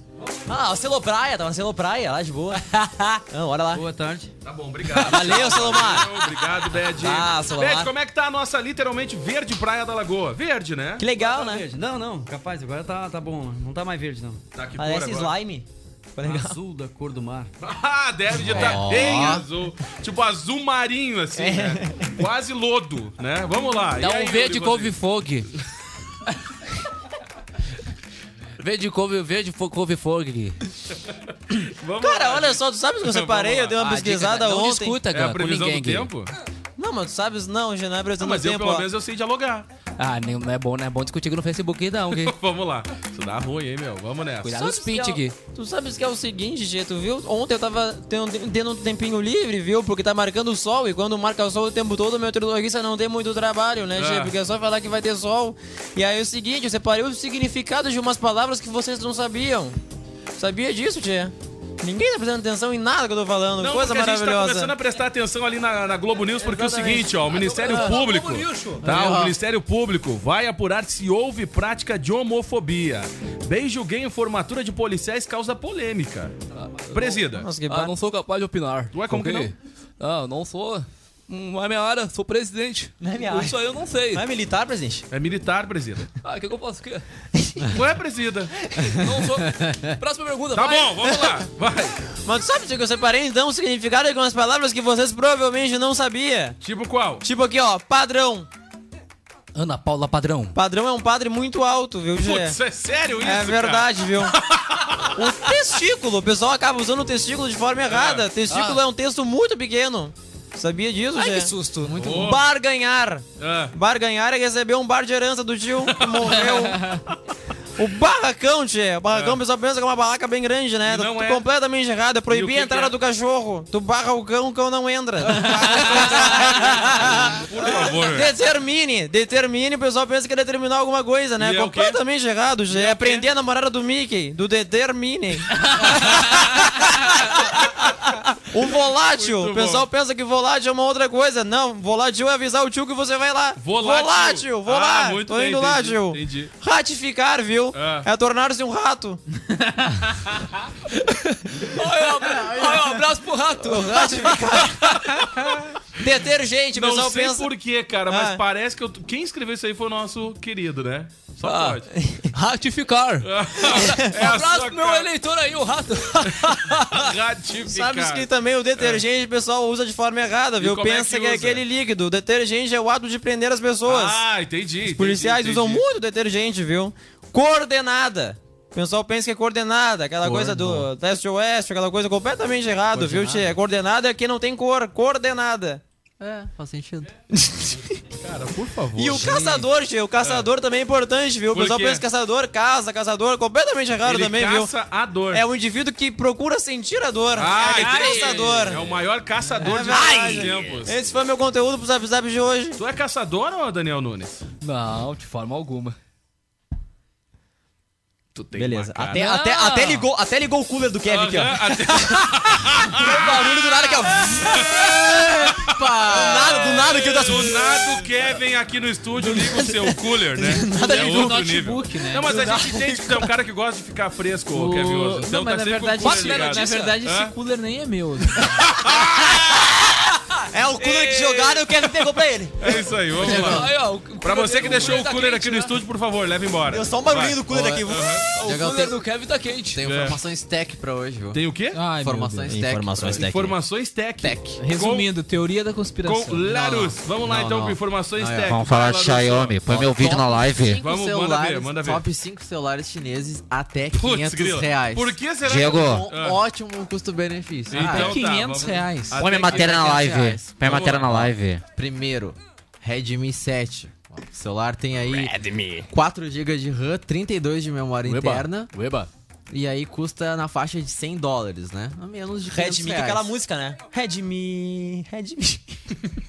Speaker 11: Ah, o Selo Praia, tava no Selo Praia, lá de boa. ah, bora lá. Boa
Speaker 13: tarde.
Speaker 10: Tá bom, obrigado.
Speaker 11: Valeu, Selomar.
Speaker 10: Valeu, Obrigado, Bed.
Speaker 11: Ah, Selomar.
Speaker 10: Bed, como é que tá a nossa literalmente verde praia da Lagoa? Verde, né?
Speaker 11: Que legal, né?
Speaker 16: Verde. Não, não, capaz, agora tá, tá bom. Não tá mais verde, não.
Speaker 10: Tá que
Speaker 11: Parece slime. Ficou legal.
Speaker 16: Azul da cor do mar.
Speaker 10: Ah, deve de estar
Speaker 16: Ó.
Speaker 10: bem azul. Tipo azul marinho, assim, né? Quase lodo, né? Vamos lá.
Speaker 13: Dá
Speaker 10: E aí,
Speaker 13: um verde
Speaker 10: Rodrigo?
Speaker 13: couve-fogue. Verde couve, Ah, verde fo- couve-fogue.
Speaker 10: Vamos
Speaker 11: Cara,
Speaker 10: lá,
Speaker 11: olha
Speaker 10: gente.
Speaker 11: só, tu sabe o que eu
Speaker 10: Vamos
Speaker 11: separei?
Speaker 10: lá. É
Speaker 11: Eu dei uma
Speaker 10: Ah,
Speaker 11: pesquisada
Speaker 10: diga, não
Speaker 11: ontem.
Speaker 10: discuta, É a cara, com previsão do ninguém aqui. tempo?
Speaker 11: Não, mas tu sabes, não, já não é Brasil
Speaker 10: Ah,
Speaker 11: no
Speaker 10: mas eu,
Speaker 11: tempo.
Speaker 10: pelo
Speaker 11: ó.
Speaker 10: menos, eu sei dialogar.
Speaker 17: Ah, nem- não é bom, não é bom discutir no Facebook aí, não, que-
Speaker 10: Vamos lá. Isso dá ruim, hein, meu? Vamos nessa.
Speaker 11: Cuidado com os pitch aqui. Tu sabes que é o seguinte, Gê, tu viu? Ontem eu tava tendo, tendo um tempinho livre, viu? Porque tá marcando o sol e quando marca o sol o tempo todo, meu triloguista não tem muito trabalho, né, Gê?
Speaker 12: É.
Speaker 11: Porque é só falar que vai ter sol. E aí é o seguinte, eu separei o significado de umas palavras que vocês não sabiam. Sabia disso, Gê? Ninguém tá prestando atenção em nada que eu tô falando.
Speaker 10: Não,
Speaker 11: Coisa
Speaker 10: porque a gente tá
Speaker 11: maravilhosa. é.
Speaker 10: começando a prestar atenção ali na, na Globo News, porque é o
Speaker 11: Exatamente.
Speaker 10: seguinte, ó, o Ministério
Speaker 11: Ah, Globo
Speaker 10: Público.
Speaker 11: News, show.
Speaker 10: Tá,
Speaker 11: Aí,
Speaker 10: o
Speaker 11: ó.
Speaker 10: Ministério Público vai apurar se houve prática de homofobia. Beijo gay em formatura de policiais causa polêmica. Presida.
Speaker 13: Ah, não sou capaz de opinar.
Speaker 10: Ué, é como que
Speaker 13: Ok? Ah, não sou. Hum, Não é minha área, sou presidente. Não
Speaker 11: é minha área.
Speaker 13: Isso aí eu não sei.
Speaker 11: Não é militar, presidente?
Speaker 10: É militar, presida.
Speaker 13: Ah, o que, que eu posso? Que...
Speaker 10: Ué, presida.
Speaker 13: Não sou. Próxima pergunta.
Speaker 10: Tá
Speaker 13: vai.
Speaker 10: bom, vamos lá. Vai.
Speaker 11: Mas tu sabe que eu separei então o significado de umas palavras que vocês provavelmente não sabiam.
Speaker 10: Tipo qual?
Speaker 11: Tipo aqui, ó, padrão.
Speaker 17: Ana Paula Padrão.
Speaker 11: Padrão é um padre muito alto, viu, Gê?
Speaker 17: Putz, é sério
Speaker 11: É
Speaker 17: isso,
Speaker 11: verdade, viu? o testículo, o pessoal acaba usando o testículo de forma errada. Testículo
Speaker 17: Ah.
Speaker 11: é um texto muito pequeno. Sabia disso, Gê?
Speaker 17: que susto. Muito bom.
Speaker 11: Barganhar.
Speaker 10: Ah,
Speaker 11: Barganhar é receber um bar de herança do tio que morreu. O barracão, tchê. O barracão, o pessoal pensa que é uma barraca bem grande, né?
Speaker 10: não
Speaker 11: Tu-
Speaker 10: é.
Speaker 11: Completamente errado. É
Speaker 10: E o
Speaker 11: proibir
Speaker 10: que
Speaker 11: a entrada
Speaker 10: que é?
Speaker 11: do cachorro. Tu barra o cão, o cão não entra.
Speaker 10: Por
Speaker 11: Ah,
Speaker 10: favor.
Speaker 11: Determine, determine, o pessoal pensa que é determinar alguma coisa, né?
Speaker 10: E é o quê?
Speaker 11: Completamente errado, já. É aprender a namorada do Mickey, do determine. um volátil,
Speaker 10: Muito
Speaker 11: o pessoal pensa que volátil é uma outra coisa. Não, volátil é avisar o tio que você vai lá. volátil vou
Speaker 10: Ah,
Speaker 11: lá,
Speaker 10: muito
Speaker 11: tô
Speaker 10: bem,
Speaker 11: indo lá,
Speaker 10: entendi,
Speaker 11: tio.
Speaker 10: Entendi.
Speaker 11: Ratificar, viu?
Speaker 10: Ah.
Speaker 11: É tornar-se um rato.
Speaker 13: Olha, um abraço pro rato.
Speaker 11: Detergente, o
Speaker 10: Não
Speaker 11: pessoal
Speaker 10: sei
Speaker 11: pensa.
Speaker 10: por quê, cara, mas
Speaker 11: Ah.
Speaker 10: parece que eu... Quem escreveu isso aí foi o nosso querido, né? Só
Speaker 13: Ah.
Speaker 10: pode.
Speaker 13: Ratificar.
Speaker 10: É
Speaker 13: um
Speaker 10: a
Speaker 13: abraço
Speaker 10: sua
Speaker 13: pro meu
Speaker 10: cara.
Speaker 13: eleitor aí, o rato.
Speaker 10: Ratificar.
Speaker 11: Sabes que tá também o detergente o pessoal usa de forma errada,
Speaker 10: E
Speaker 11: viu?
Speaker 10: como é
Speaker 11: Pensa
Speaker 10: que
Speaker 11: que, é
Speaker 10: usa?
Speaker 11: aquele líquido. O detergente é o ato de prender as pessoas.
Speaker 10: Ah, entendi. entendi,
Speaker 11: Os policiais
Speaker 10: entendi.
Speaker 11: usam muito detergente, viu? Coordenada. O pessoal pensa que é coordenada, aquela coisa do leste oeste, aquela coisa completamente errada, viu,
Speaker 17: Coordenada.
Speaker 11: Tchê? Coordenada é quem não tem cor, coordenada.
Speaker 17: É, faz sentido.
Speaker 10: Cara, por favor.
Speaker 11: E o caçador, Tchê, o caçador também é importante, viu? O
Speaker 10: Por
Speaker 11: pessoal
Speaker 10: quê?
Speaker 11: pensa que caçador, caça, caçador, é completamente errado
Speaker 10: Ele
Speaker 11: também, viu?
Speaker 10: caça a dor.
Speaker 11: É um indivíduo que procura sentir a dor.
Speaker 10: Ah,
Speaker 11: é
Speaker 10: entendi.
Speaker 11: caçador.
Speaker 10: É o maior caçador
Speaker 11: É
Speaker 10: de todos os
Speaker 11: verdade.
Speaker 10: tempos.
Speaker 11: Esse foi meu conteúdo pro Zap Zap de hoje.
Speaker 10: Tu é caçador ou Daniel Nunes?
Speaker 17: Não, de forma alguma.
Speaker 10: Tu tem
Speaker 11: Beleza.
Speaker 10: uma cara.
Speaker 11: Até, até,
Speaker 17: Não.
Speaker 11: até, ligou, até ligou o cooler do Kevin aqui,
Speaker 18: Ah,
Speaker 11: ó.
Speaker 10: Aham, até-
Speaker 11: O barulho do nada que ó. Do nada, do nada que eu assim.
Speaker 10: Do nada o Kevin aqui no estúdio liga o seu cooler, né?
Speaker 11: nada
Speaker 10: é
Speaker 11: ele
Speaker 10: outro
Speaker 11: do
Speaker 10: notebook,
Speaker 11: notebook,
Speaker 10: nível.
Speaker 11: né?
Speaker 10: Não, mas a
Speaker 11: Do
Speaker 10: gente entende que tu é um cara que gosta de ficar fresco, o...
Speaker 19: O-
Speaker 10: Kevin Oso. Então
Speaker 19: Não,
Speaker 10: tá
Speaker 19: mas na
Speaker 10: sempre
Speaker 19: verdade,
Speaker 10: com o
Speaker 19: esse,
Speaker 10: cooler ligado.
Speaker 19: na verdade
Speaker 10: Hã?
Speaker 19: esse cooler nem é meu.
Speaker 11: É o cooler que jogaram e o Kevin pegou pra ele.
Speaker 10: É isso aí, vamos
Speaker 13: Aí, ó,
Speaker 10: lá.
Speaker 13: o
Speaker 10: Pra você que
Speaker 13: cooler
Speaker 10: deixou o
Speaker 13: tá
Speaker 10: cooler
Speaker 13: quente,
Speaker 10: aqui no estúdio, por favor, leva embora.
Speaker 11: né? Deu só um barulhinho
Speaker 10: Vai. É.
Speaker 11: do cooler aqui.
Speaker 13: O
Speaker 17: Diego,
Speaker 13: cooler
Speaker 17: tem-
Speaker 13: do Kevin tá quente.
Speaker 17: Tem informações tech pra hoje, viu?
Speaker 10: Tem o quê?
Speaker 17: Ai, meu Informações Deus. tech. Informações tech.
Speaker 10: Informações tech. tech.
Speaker 18: Resumindo, teoria da conspiração.
Speaker 10: Com Larus. Vamos lá
Speaker 18: Não,
Speaker 10: então
Speaker 18: não.
Speaker 10: com informações
Speaker 18: Não, é.
Speaker 10: técnicas.
Speaker 18: Vamos falar
Speaker 10: Vai,
Speaker 18: de
Speaker 10: Larus.
Speaker 18: Xiaomi. Põe meu vídeo na live.
Speaker 12: Cinco
Speaker 10: Vamos, manda
Speaker 12: celulares,
Speaker 10: ver, manda ver.
Speaker 12: Top 5 celulares chineses até
Speaker 10: Putz,
Speaker 12: 500
Speaker 10: grila.
Speaker 12: reais.
Speaker 10: Por que Ah, será
Speaker 18: Diego. que-
Speaker 12: Um
Speaker 10: Ah.
Speaker 12: Ótimo custo-benefício.
Speaker 18: Então tá, 500 vamos- reais.
Speaker 12: Até
Speaker 18: Põe minha matéria na
Speaker 12: 500
Speaker 18: live.
Speaker 12: reais.
Speaker 18: Põe a
Speaker 12: Vamos
Speaker 18: matéria
Speaker 12: lá.
Speaker 18: na live.
Speaker 12: Primeiro, Redmi 7. O celular tem aí 4 GB de RAM, 32 de memória
Speaker 13: Ueba.
Speaker 12: interna.
Speaker 13: Ueba.
Speaker 12: E aí custa na faixa de 100 dólares, né? A menos de 500
Speaker 11: Redmi, que é
Speaker 12: reais.
Speaker 11: aquela música, né? Redmi, Redmi.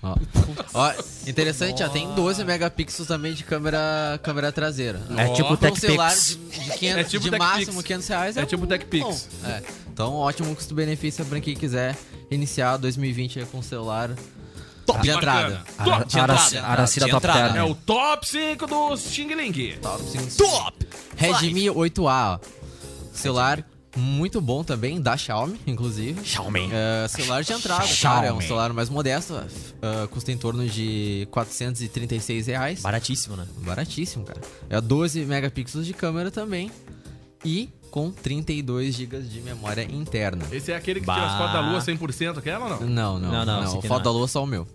Speaker 12: Ó, Ó, interessante, ó, tem 12 megapixels também de câmera, câmera traseira.
Speaker 17: É tipo
Speaker 12: Ó, pra um
Speaker 17: TechPix.
Speaker 12: celular de, de, 500,
Speaker 10: É tipo
Speaker 12: de
Speaker 10: TechPix.
Speaker 12: máximo 500 reais.
Speaker 10: É tipo
Speaker 12: um-
Speaker 10: TechPix.
Speaker 12: bom. É. Então, ótimo custo-benefício pra quem quiser iniciar 2020 aí com um celular
Speaker 10: Top,
Speaker 12: de entrada.
Speaker 10: bacana. Top.
Speaker 12: De entrada,
Speaker 10: Araci-
Speaker 12: de
Speaker 10: Aracida
Speaker 12: de
Speaker 10: Top
Speaker 11: ah.
Speaker 10: Term. É o top 5 do Xing Ling.
Speaker 12: Top 5. Top! Redmi 8A, ó. Celular muito bom também, da Xiaomi, inclusive. Xiaomi. celular de entrada, cara. É um
Speaker 11: Xiaomi.
Speaker 12: celular mais modesto. ah, custa em torno de 436 reais.
Speaker 11: Baratíssimo, né?
Speaker 12: Baratíssimo, cara. É 12 megapixels de câmera também. E com 32 GB de memória interna.
Speaker 10: Esse é aquele que tira as
Speaker 12: Bah.
Speaker 10: fotos da lua 100%, aquela ou não?
Speaker 12: Não, não, não.
Speaker 10: esse
Speaker 12: não, é.
Speaker 10: aqui
Speaker 12: Foto da
Speaker 10: não.
Speaker 12: lua só o meu.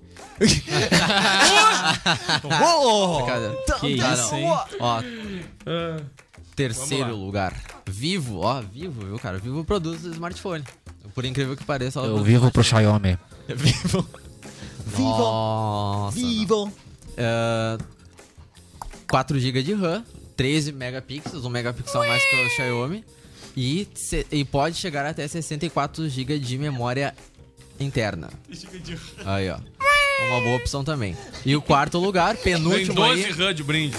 Speaker 11: Ô!
Speaker 12: Brincadeira.
Speaker 11: Que
Speaker 12: Tá,
Speaker 11: isso,
Speaker 12: não.
Speaker 11: hein?
Speaker 12: Ó,
Speaker 10: Ah.
Speaker 12: terceiro
Speaker 10: Vamos lá.
Speaker 12: lugar. Vivo, ó, vivo, viu, cara? Vivo produz smartphone. Por incrível que pareça, ela
Speaker 18: Eu
Speaker 12: produz
Speaker 18: vivo pro
Speaker 12: smartphone.
Speaker 18: Xiaomi.
Speaker 12: Eu vivo. Nossa, não.
Speaker 11: Vivo.
Speaker 12: Ah, 4 GB de RAM, 13 megapixels, um megapixel a mais que o Xiaomi. E, se- e pode chegar até 64 GB de memória interna. Aí, ó. Uma boa opção também. E o quarto lugar,
Speaker 10: Tem
Speaker 12: penúltimo
Speaker 10: 12
Speaker 12: aí.
Speaker 10: RAM de brinde.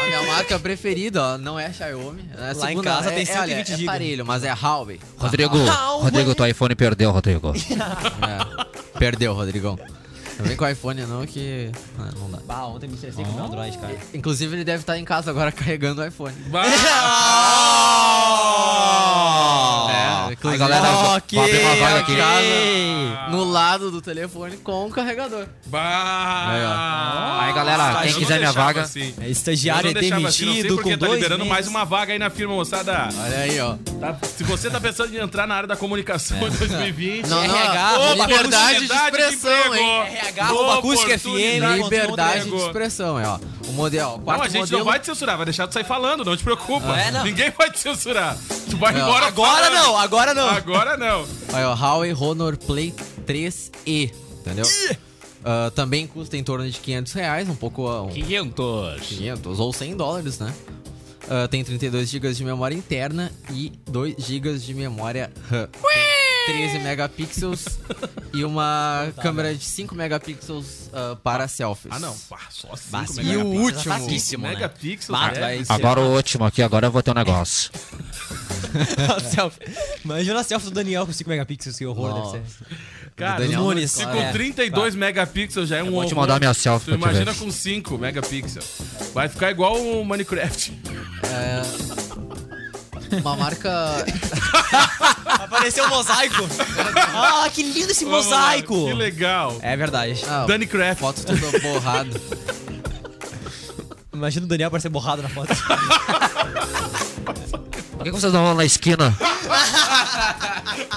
Speaker 12: A minha marca preferida, ó, não é a Xiaomi. É a
Speaker 11: Lá em
Speaker 12: segunda,
Speaker 11: casa
Speaker 12: é,
Speaker 11: tem
Speaker 12: é, olha,
Speaker 11: 120
Speaker 12: é
Speaker 11: GB.
Speaker 12: aparelho, mas é a Huawei.
Speaker 14: Rodrigo, Rodrigo, teu iPhone perdeu, Rodrigo.
Speaker 12: É, perdeu, Rodrigão. Não vem com o iPhone não que... ah, não dá. Ah.
Speaker 11: Bah, ontem me estressei com o meu Android, cara.
Speaker 12: Inclusive ele deve estar em casa agora carregando o iPhone. É, inclusive-
Speaker 14: Aí, galera, vou-
Speaker 12: Ok,
Speaker 14: vou abrir uma vaga aqui.
Speaker 12: ok. No lado do telefone com o carregador.
Speaker 10: Bah!
Speaker 14: Aí, galera, quem
Speaker 10: Ah, Eu não
Speaker 14: quiser minha
Speaker 10: deixava
Speaker 14: vaga-
Speaker 10: assim.
Speaker 11: É estagiário,
Speaker 10: Eu não
Speaker 11: é
Speaker 10: deixava assim, não sei
Speaker 11: demitido,
Speaker 10: porque
Speaker 11: com
Speaker 10: tá
Speaker 11: dois
Speaker 10: liberando
Speaker 11: meses.
Speaker 10: mais uma vaga aí na firma, moçada.
Speaker 12: Olha aí, ó.
Speaker 10: se você tá pensando em entrar na área da comunicação em 2020...
Speaker 12: É. Não, não,
Speaker 10: oportunidade
Speaker 12: liberdade de
Speaker 10: emprego.
Speaker 12: expressão, hein?
Speaker 11: RH, Opa, Acústica FM,
Speaker 10: Oportunidade
Speaker 12: liberdade de
Speaker 10: emprego.
Speaker 12: expressão, é, ó. O modelo, ó,
Speaker 10: Não,
Speaker 12: quarto
Speaker 10: a gente
Speaker 12: modelo.
Speaker 10: não vai te censurar, vai deixar tu sair falando, não te preocupa.
Speaker 12: É, não.
Speaker 10: Ninguém vai te censurar. Tu vai
Speaker 12: Não.
Speaker 10: embora
Speaker 12: Agora
Speaker 10: falando.
Speaker 12: não, agora não.
Speaker 10: Agora não.
Speaker 12: Olha, o Huawei Honor Play 3E, entendeu? Ah, também custa em torno de 500 reais, um pouco... ah, Um,
Speaker 20: 500.
Speaker 12: 500 ou 100 dólares, né? Ah, tem 32 GB de memória interna e 2 GB de memória RAM. Tem 13 megapixels e uma câmera de 5 megapixels ah, para selfies.
Speaker 10: tá, né? Ah, não. Pá, só 5
Speaker 12: Mas e o último? é
Speaker 10: Megapixels,
Speaker 12: Mas
Speaker 10: né?
Speaker 12: vai ser-
Speaker 14: Agora o último aqui, agora eu vou ter um negócio.
Speaker 11: A selfie. Imagina a selfie do Daniel com 5 megapixels, que horror deve ser.
Speaker 10: Cara,
Speaker 11: Do Daniel Nunes,
Speaker 10: se
Speaker 11: claro.
Speaker 12: é.
Speaker 10: com 32 megapixels já é um
Speaker 14: vou te
Speaker 10: horror.
Speaker 14: mandar minha selfie
Speaker 10: Tu
Speaker 14: pra te ver.
Speaker 10: imagina com 5 megapixels. Vai ficar igual o Minecraft.
Speaker 12: Uma marca.
Speaker 11: Apareceu um mosaico. ah, que lindo esse
Speaker 10: Vamos lá,
Speaker 11: mosaico.
Speaker 10: Que legal.
Speaker 11: É verdade.
Speaker 12: Ah,
Speaker 10: Dani Craft.
Speaker 12: Foto toda borrada.
Speaker 11: Imagina o Daniel aparecer borrado na foto.
Speaker 14: Por que vocês não vão na esquina?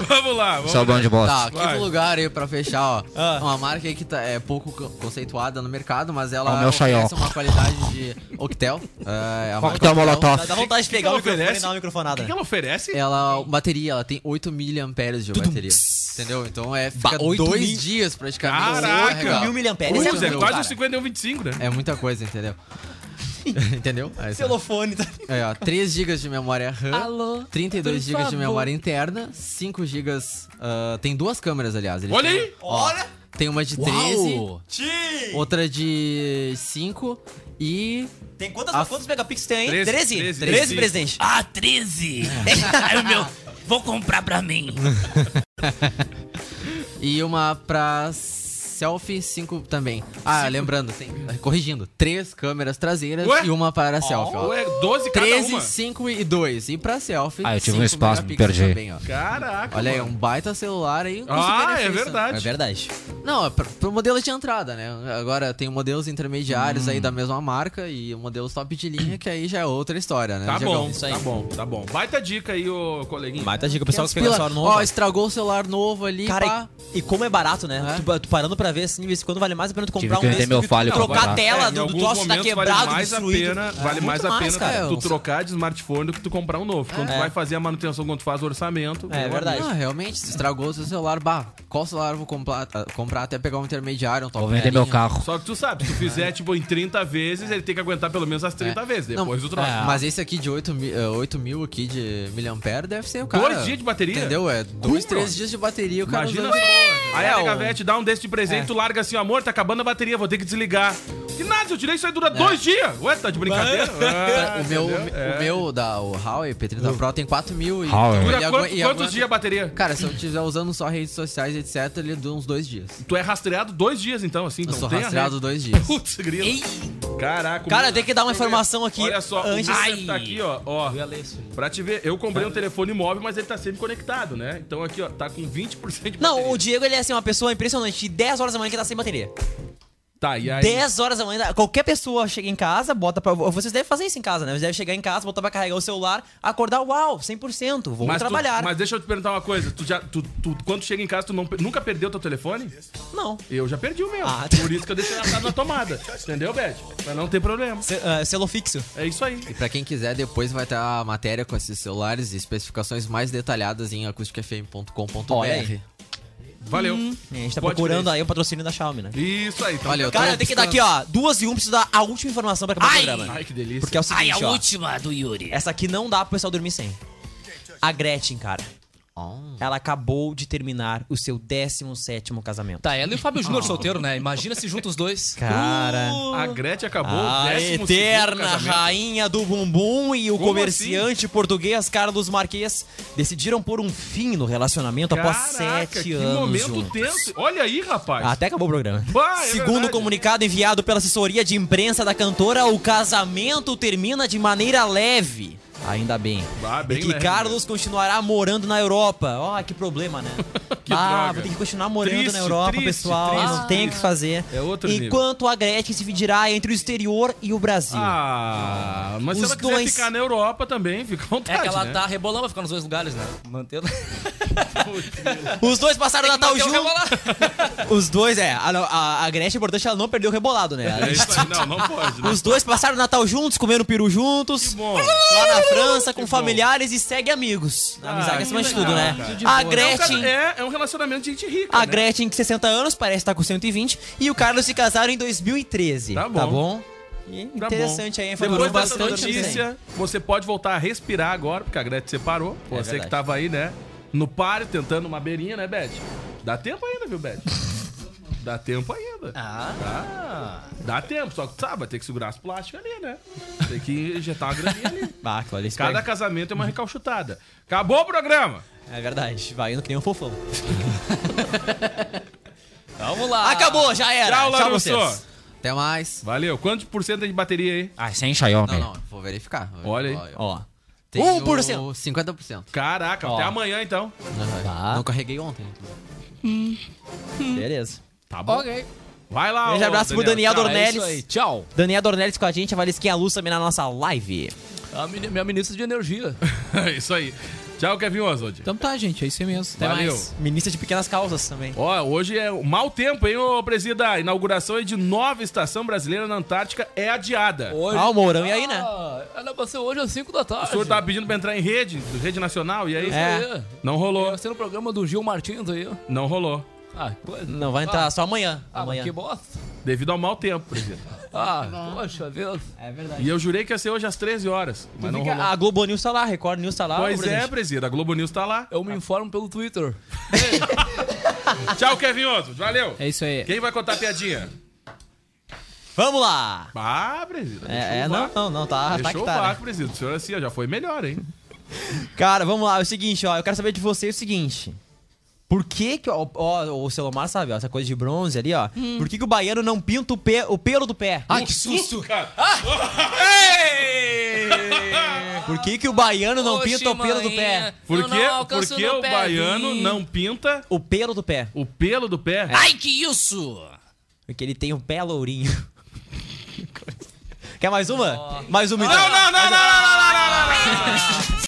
Speaker 10: Vamos lá, vamos
Speaker 14: Só
Speaker 10: lá.
Speaker 14: bando de bosta.
Speaker 12: Tá, quinto lulugar aí pra fechar, ó.
Speaker 11: Ah.
Speaker 12: Uma marca aí que tá, é pouco co- conceituada no mercado, mas ela
Speaker 14: É o meu
Speaker 12: oferece
Speaker 14: xaiol.
Speaker 12: uma qualidade de Octel. É, a marca
Speaker 14: Coquetel Molotov.
Speaker 11: Dá vontade de pegar o microfone e dar uma microfonada.
Speaker 10: O que ela oferece?
Speaker 11: É
Speaker 12: Ela, bateria, ela tem 8 mAh de bateria. Entendeu? Então é fica
Speaker 11: Ba- oito
Speaker 12: dois
Speaker 11: mil-
Speaker 12: dias praticamente. sem
Speaker 10: Caraca.
Speaker 12: carregar.
Speaker 10: Putz, é quase um 5125, né?
Speaker 12: É muita coisa, entendeu? entendeu? É isso.
Speaker 11: Telefone. Tá...
Speaker 12: Aí, ó, 3 GB de memória RAM,
Speaker 11: Alô,
Speaker 12: 32
Speaker 11: por
Speaker 12: GB de
Speaker 11: favor.
Speaker 12: memória interna, 5 GB. tem duas câmeras, aliás. ele
Speaker 11: é
Speaker 10: Olha
Speaker 12: tem-
Speaker 10: aí!
Speaker 12: ó,
Speaker 10: Olha!
Speaker 12: Tem uma de 13,
Speaker 11: Uau!
Speaker 12: outra de 5 e.
Speaker 11: Tem quantas,
Speaker 12: A-
Speaker 11: quantos megapixels tem?
Speaker 12: Treze.
Speaker 11: 13. 13,
Speaker 12: Treze.
Speaker 11: presidente.
Speaker 21: Ah, 13! Ai, meu, vou comprar pra mim.
Speaker 12: e uma pra selfie 5 também. Ah, lembrando, tem, corrigindo, três câmeras traseiras
Speaker 10: Ué?
Speaker 12: e uma para selfie, ó.
Speaker 10: Ué, 12 cada
Speaker 12: 13,
Speaker 10: uma?
Speaker 12: 5 e 2. E pra selfie.
Speaker 14: Ah, eu tive
Speaker 12: cinco
Speaker 14: um espaço, me
Speaker 12: megapixels
Speaker 14: perdi.
Speaker 12: também, ó.
Speaker 10: Caraca.
Speaker 12: Olha aí, um
Speaker 10: mano.
Speaker 12: baita celular aí.
Speaker 10: Ah, é
Speaker 12: custo-benefício, né?
Speaker 10: verdade.
Speaker 11: É verdade.
Speaker 12: Não, é pra- pro modelo de entrada, né? Agora tem modelos intermediários
Speaker 13: Hum.
Speaker 12: aí da mesma marca e modelos top de linha, que aí já é outra história, né?
Speaker 10: Tá
Speaker 12: Diegão?
Speaker 10: bom, tá bom, tá bom. Baita dica aí, ô coleguinha.
Speaker 11: Baita dica, o pessoal que
Speaker 12: Pila-
Speaker 11: pegou o celular novo.
Speaker 12: Ó, estragou o celular novo ali,
Speaker 11: Cara,
Speaker 12: pá.
Speaker 11: e, e como é barato, né? Tu, tu parando pra ver, assim, de vez em quando vale mais a pena tu comprar
Speaker 14: que
Speaker 11: um
Speaker 14: vender
Speaker 11: desse
Speaker 14: meu
Speaker 11: do que tu
Speaker 14: Falio pra
Speaker 11: trocar
Speaker 14: comprar.
Speaker 11: a tela
Speaker 10: É,
Speaker 11: do,
Speaker 10: Em
Speaker 11: do
Speaker 10: alguns
Speaker 11: troço tá
Speaker 10: momentos
Speaker 11: quebrado,
Speaker 10: vale mais
Speaker 11: destruído.
Speaker 10: A pena,
Speaker 11: É,
Speaker 10: vale
Speaker 11: muito
Speaker 10: mais a pena
Speaker 11: cara.
Speaker 10: tu trocar de smartphone do que tu comprar um novo. Quando tu
Speaker 12: É.
Speaker 10: vai fazer a manutenção, quando tu faz o orçamento.
Speaker 11: É
Speaker 10: meu
Speaker 11: verdade.
Speaker 12: Ah, realmente, se estragou o seu celular, bah, qual celular eu vou comprar, ah, comprar até pegar um intermediário, um top
Speaker 14: Vou
Speaker 12: de
Speaker 14: vender
Speaker 12: linha.
Speaker 14: meu carro.
Speaker 10: Só que tu sabe, se tu
Speaker 11: É.
Speaker 10: fizer, tipo, em 30 vezes, ele tem que aguentar pelo menos as 30 vezes.
Speaker 12: Não,
Speaker 10: Depois do troço.
Speaker 12: é, Mas esse aqui de 8 mil, eh, 8 mil aqui de miliampere deve ser o cara...
Speaker 10: Dois dias de bateria?
Speaker 12: Entendeu? É,
Speaker 10: Como?
Speaker 12: dois, três dias de bateria o cara
Speaker 10: Imagina
Speaker 12: usando.
Speaker 10: só. Aí
Speaker 12: É,
Speaker 10: a
Speaker 12: o-
Speaker 10: Gavete dá um desse de presente, tu larga assim, amor, tá acabando a bateria, vou ter que desligar. Que nada, eu tirei isso aí dura dois dias. Ué, tá de brincadeira? Ah,
Speaker 12: o meu,
Speaker 10: entendeu?
Speaker 12: o meu da o Huawei P30 Pro tem 4 mil e,
Speaker 14: Huawei.
Speaker 12: ele
Speaker 10: Dura
Speaker 12: agua-
Speaker 10: quanto-
Speaker 12: e
Speaker 10: quantos
Speaker 12: aguenta-
Speaker 10: dias a bateria?
Speaker 12: Cara, se eu estiver usando só redes sociais, etc, ele dura uns dois dias.
Speaker 10: Tu é rastreado dois dias, então, assim.
Speaker 12: Eu
Speaker 10: então
Speaker 12: sou
Speaker 10: tem a
Speaker 12: rastreado
Speaker 10: regra.
Speaker 12: dois dias.
Speaker 10: Putz, grilo. Caraca.
Speaker 11: Cara,
Speaker 10: meu-
Speaker 11: tem que dar uma informação aqui.
Speaker 10: Olha só,
Speaker 11: antes.
Speaker 10: o Ai. tá aqui, ó. ó pra te ver, eu comprei um telefone móvel, mas ele tá sempre conectado, né? Então aqui, ó, tá com 20% de
Speaker 11: Não,
Speaker 10: bateria.
Speaker 11: o Diego, ele é assim, uma pessoa impressionante. De 10 horas da manhã que tá sem bateria.
Speaker 10: Tá, e aí?
Speaker 11: 10 horas da manhã, qualquer pessoa chega em casa, bota pra. Vocês devem fazer isso em casa, né? Vocês devem chegar em casa, botar pra carregar o celular, acordar, uau, 100%, vou
Speaker 10: mas tu-
Speaker 11: trabalhar.
Speaker 10: mas deixa eu te perguntar uma coisa. Tu já, tu, tu- quando chega em casa, tu não- nunca perdeu teu telefone?
Speaker 11: Não.
Speaker 10: Eu já perdi o meu.
Speaker 11: Ah,
Speaker 10: Por isso que eu deixei atado na tomada. Entendeu, Beth? Mas não tem problema.
Speaker 11: Ce- ah, selo fixo.
Speaker 10: É isso aí.
Speaker 11: Hum,
Speaker 12: E pra quem quiser, depois vai ter a matéria com esses celulares e especificações mais detalhadas em acusticfm.com.br.
Speaker 11: Olha aí.
Speaker 10: Valeu.
Speaker 11: É, a gente tá
Speaker 10: Pode
Speaker 11: procurando
Speaker 10: crer.
Speaker 11: aí o patrocínio da Xiaomi, né?
Speaker 10: Isso aí. Então.
Speaker 11: Valeu, Cara, tem que dar aqui, ó. Duas e um, preciso dar a última informação pra acabar o programa.
Speaker 10: Ai, que delícia.
Speaker 11: Porque é o seguinte,
Speaker 10: Ai, a
Speaker 11: ó.
Speaker 10: última do Yuri.
Speaker 11: Essa aqui não dá pro pessoal dormir sem. A Gretchen, cara.
Speaker 10: Oh.
Speaker 11: Ela acabou de terminar o seu 17º casamento.
Speaker 13: Tá, ela e o Fábio Júnior
Speaker 12: Ah.
Speaker 13: solteiro, né? Imagina se juntam os dois. Uh, é
Speaker 11: Cara.
Speaker 10: A Gretchen acabou o
Speaker 11: A
Speaker 10: 12º
Speaker 11: Ah, eterna
Speaker 10: casamento.
Speaker 11: rainha do bumbum e o
Speaker 10: Como assim?
Speaker 11: comerciante português Carlos Marquês decidiram pôr um fim no relacionamento após
Speaker 10: Caraca,
Speaker 11: tá sete
Speaker 10: que
Speaker 11: anos. Ah,
Speaker 10: momento
Speaker 11: juntos.
Speaker 10: tenso. Olha aí, rapaz.
Speaker 11: Até acabou o programa.
Speaker 10: Bah, é
Speaker 11: Segundo o comunicado enviado pela assessoria de imprensa da cantora, o casamento termina de maneira leve. Ainda bem.
Speaker 10: bem
Speaker 11: e que
Speaker 10: leve, né?
Speaker 11: Carlos continuará morando na Europa. Ó, que problema, né?
Speaker 10: Que
Speaker 11: ah,
Speaker 10: droga.
Speaker 11: vou ter que continuar morando
Speaker 10: Triste,
Speaker 11: na Europa,
Speaker 10: triste,
Speaker 11: pessoal.
Speaker 10: triste,
Speaker 11: não tem o que
Speaker 10: triste.
Speaker 11: fazer.
Speaker 10: É outro nível.
Speaker 11: Enquanto a Gretchen se dividirá entre o exterior e o Brasil.
Speaker 10: Ah, mas
Speaker 11: tá. Os
Speaker 10: se ela quiser
Speaker 11: dois-
Speaker 10: ficar na Europa também, fica à vontade,
Speaker 13: É que ela
Speaker 10: né?
Speaker 13: tá rebolando pra ficar nos dois lugares, né? Mantendo.
Speaker 11: Os dois passaram o
Speaker 13: Tem que
Speaker 11: Natal
Speaker 13: manter o
Speaker 11: juntos. Os dois, é. A, a, a Gretchen é importante, ela não perdeu o rebolado, né? Ela-
Speaker 10: É isso aí, não, não pode. Né?
Speaker 11: Os dois passaram o Natal juntos, comeram peru juntos. Lá na França, com familiares e segue amigos. A amizade
Speaker 10: Ah, que
Speaker 11: acima de
Speaker 10: legal,
Speaker 11: tudo, né?
Speaker 10: cara.
Speaker 11: A
Speaker 10: É um,
Speaker 11: Gretchen.
Speaker 10: cara- é, é um relacionamento de gente rica.
Speaker 11: A
Speaker 10: né?
Speaker 11: Gretchen, que 60 anos, parece estar com 120. E o Carlos se casaram em 2013. Tá bom. Tá bom? E
Speaker 10: Tá
Speaker 11: interessante aí a informação.
Speaker 10: Depois dessa
Speaker 11: bastante né?
Speaker 10: notícia, você pode voltar a respirar agora, porque a Gretchen separou.
Speaker 11: É
Speaker 10: Você que
Speaker 11: verdade.
Speaker 10: tava aí, né? No páreo, tentando uma beirinha, né, Beth? Dá tempo ainda, viu, Beth? Dá tempo ainda. Ah. Dá tempo, só que sabe, vai ter que segurar as plásticas ali, né? Tem que injetar uma graninha ali.
Speaker 11: Ah, olha, isso
Speaker 10: Cada
Speaker 11: pega.
Speaker 10: casamento é uma recalchutada. Acabou o programa!
Speaker 11: É verdade, vai indo que nem um fofão.
Speaker 13: Vamos lá.
Speaker 11: Acabou, já era.
Speaker 10: Tchau,
Speaker 11: Tchau,
Speaker 10: Larusso!
Speaker 11: vocês.
Speaker 10: Até mais. Valeu. Quanto por cento tem de bateria aí?
Speaker 13: Ah, sem Xiaomi.
Speaker 22: Não, não, vou verificar.
Speaker 10: Olha aí.
Speaker 11: Ó.
Speaker 22: Tem
Speaker 11: 1%.
Speaker 22: o 50%.
Speaker 10: Caraca,
Speaker 22: Ó.
Speaker 10: até amanhã então.
Speaker 11: Tá.
Speaker 22: Não carreguei ontem.
Speaker 11: Beleza.
Speaker 10: Tá bom. Vai lá,
Speaker 11: Grande
Speaker 10: ô,
Speaker 11: abraço pro Daniel
Speaker 10: Tchau.
Speaker 11: Dornelles.
Speaker 13: tchau.
Speaker 11: Daniel Dornelles com a gente, a Valisquinha Luz também na nossa live.
Speaker 13: A mini- minha ministra de energia.
Speaker 10: É isso aí. Tchau, Kevin Oswald.
Speaker 12: Então tá, gente, é isso aí mesmo. Até
Speaker 10: Valeu.
Speaker 12: mais.
Speaker 11: Ministra de Pequenas Causas também.
Speaker 10: Ó, hoje é o mau tempo, hein, ô presida? Inauguração aí de nova estação brasileira na Antártica é adiada.
Speaker 13: Hoje-
Speaker 11: Ah, o Mourão, e aí, né?
Speaker 13: Ah, ela aconteceu hoje às 5 da
Speaker 10: O
Speaker 13: tarde.
Speaker 10: senhor tá tava pedindo pra entrar em rede, rede nacional, e aí?
Speaker 13: É.
Speaker 10: Não rolou.
Speaker 13: Vai ser no programa do Gil Martins aí. ó.
Speaker 10: Não rolou.
Speaker 13: Ah, que coisa.
Speaker 11: Não vai entrar,
Speaker 13: Ah.
Speaker 11: só amanhã.
Speaker 13: Ah, mas
Speaker 11: amanhã.
Speaker 13: que bosta.
Speaker 10: Devido ao mau tempo, presida.
Speaker 13: Ah, poxa vida.
Speaker 11: É verdade.
Speaker 10: E eu jurei que ia ser hoje às 13 horas, mas não rolou.
Speaker 11: a Globo News tá lá, a Record News tá lá.
Speaker 10: Pois
Speaker 11: ô,
Speaker 10: é,
Speaker 11: presidente.
Speaker 10: presida. A Globo News tá lá.
Speaker 13: Eu me informo pelo Twitter.
Speaker 10: Tchau, Kevin Oswald. Valeu.
Speaker 12: É isso aí.
Speaker 10: Quem vai contar a piadinha?
Speaker 11: Vamos lá!
Speaker 10: Ah, presida. deixou
Speaker 11: É, é,
Speaker 10: o
Speaker 11: não,
Speaker 10: vácuo.
Speaker 11: não, não, tá, tá
Speaker 10: Deixou
Speaker 11: que
Speaker 10: o
Speaker 11: tá. né?
Speaker 10: vácuo, presida. O senhor assim, ó, já foi melhor, hein?
Speaker 11: Cara, vamos lá, é o seguinte, ó, eu quero saber de você o seguinte. Por que que, ó, ó, o Selomar sabe, ó, essa coisa de bronze ali, ó. Por que que o baiano não pinta o, pé, o pelo do pé?
Speaker 13: Ai, que susto.
Speaker 10: Cara.
Speaker 11: Por que que o baiano não
Speaker 13: Oxi,
Speaker 11: pinta o pelo do pé?
Speaker 13: maninha.
Speaker 10: Por
Speaker 13: Eu
Speaker 10: quê?
Speaker 13: não alcanço
Speaker 10: Porque
Speaker 13: no
Speaker 10: o
Speaker 13: pé,
Speaker 10: baiano
Speaker 13: vi.
Speaker 10: não pinta
Speaker 11: O pelo do pé.
Speaker 10: o pelo do pé?
Speaker 13: Ai, que isso.
Speaker 11: Porque ele tem o pé lourinho. Quer mais uma? Mais uma, então.
Speaker 10: Não, não, não, não, não, não, não, não, não.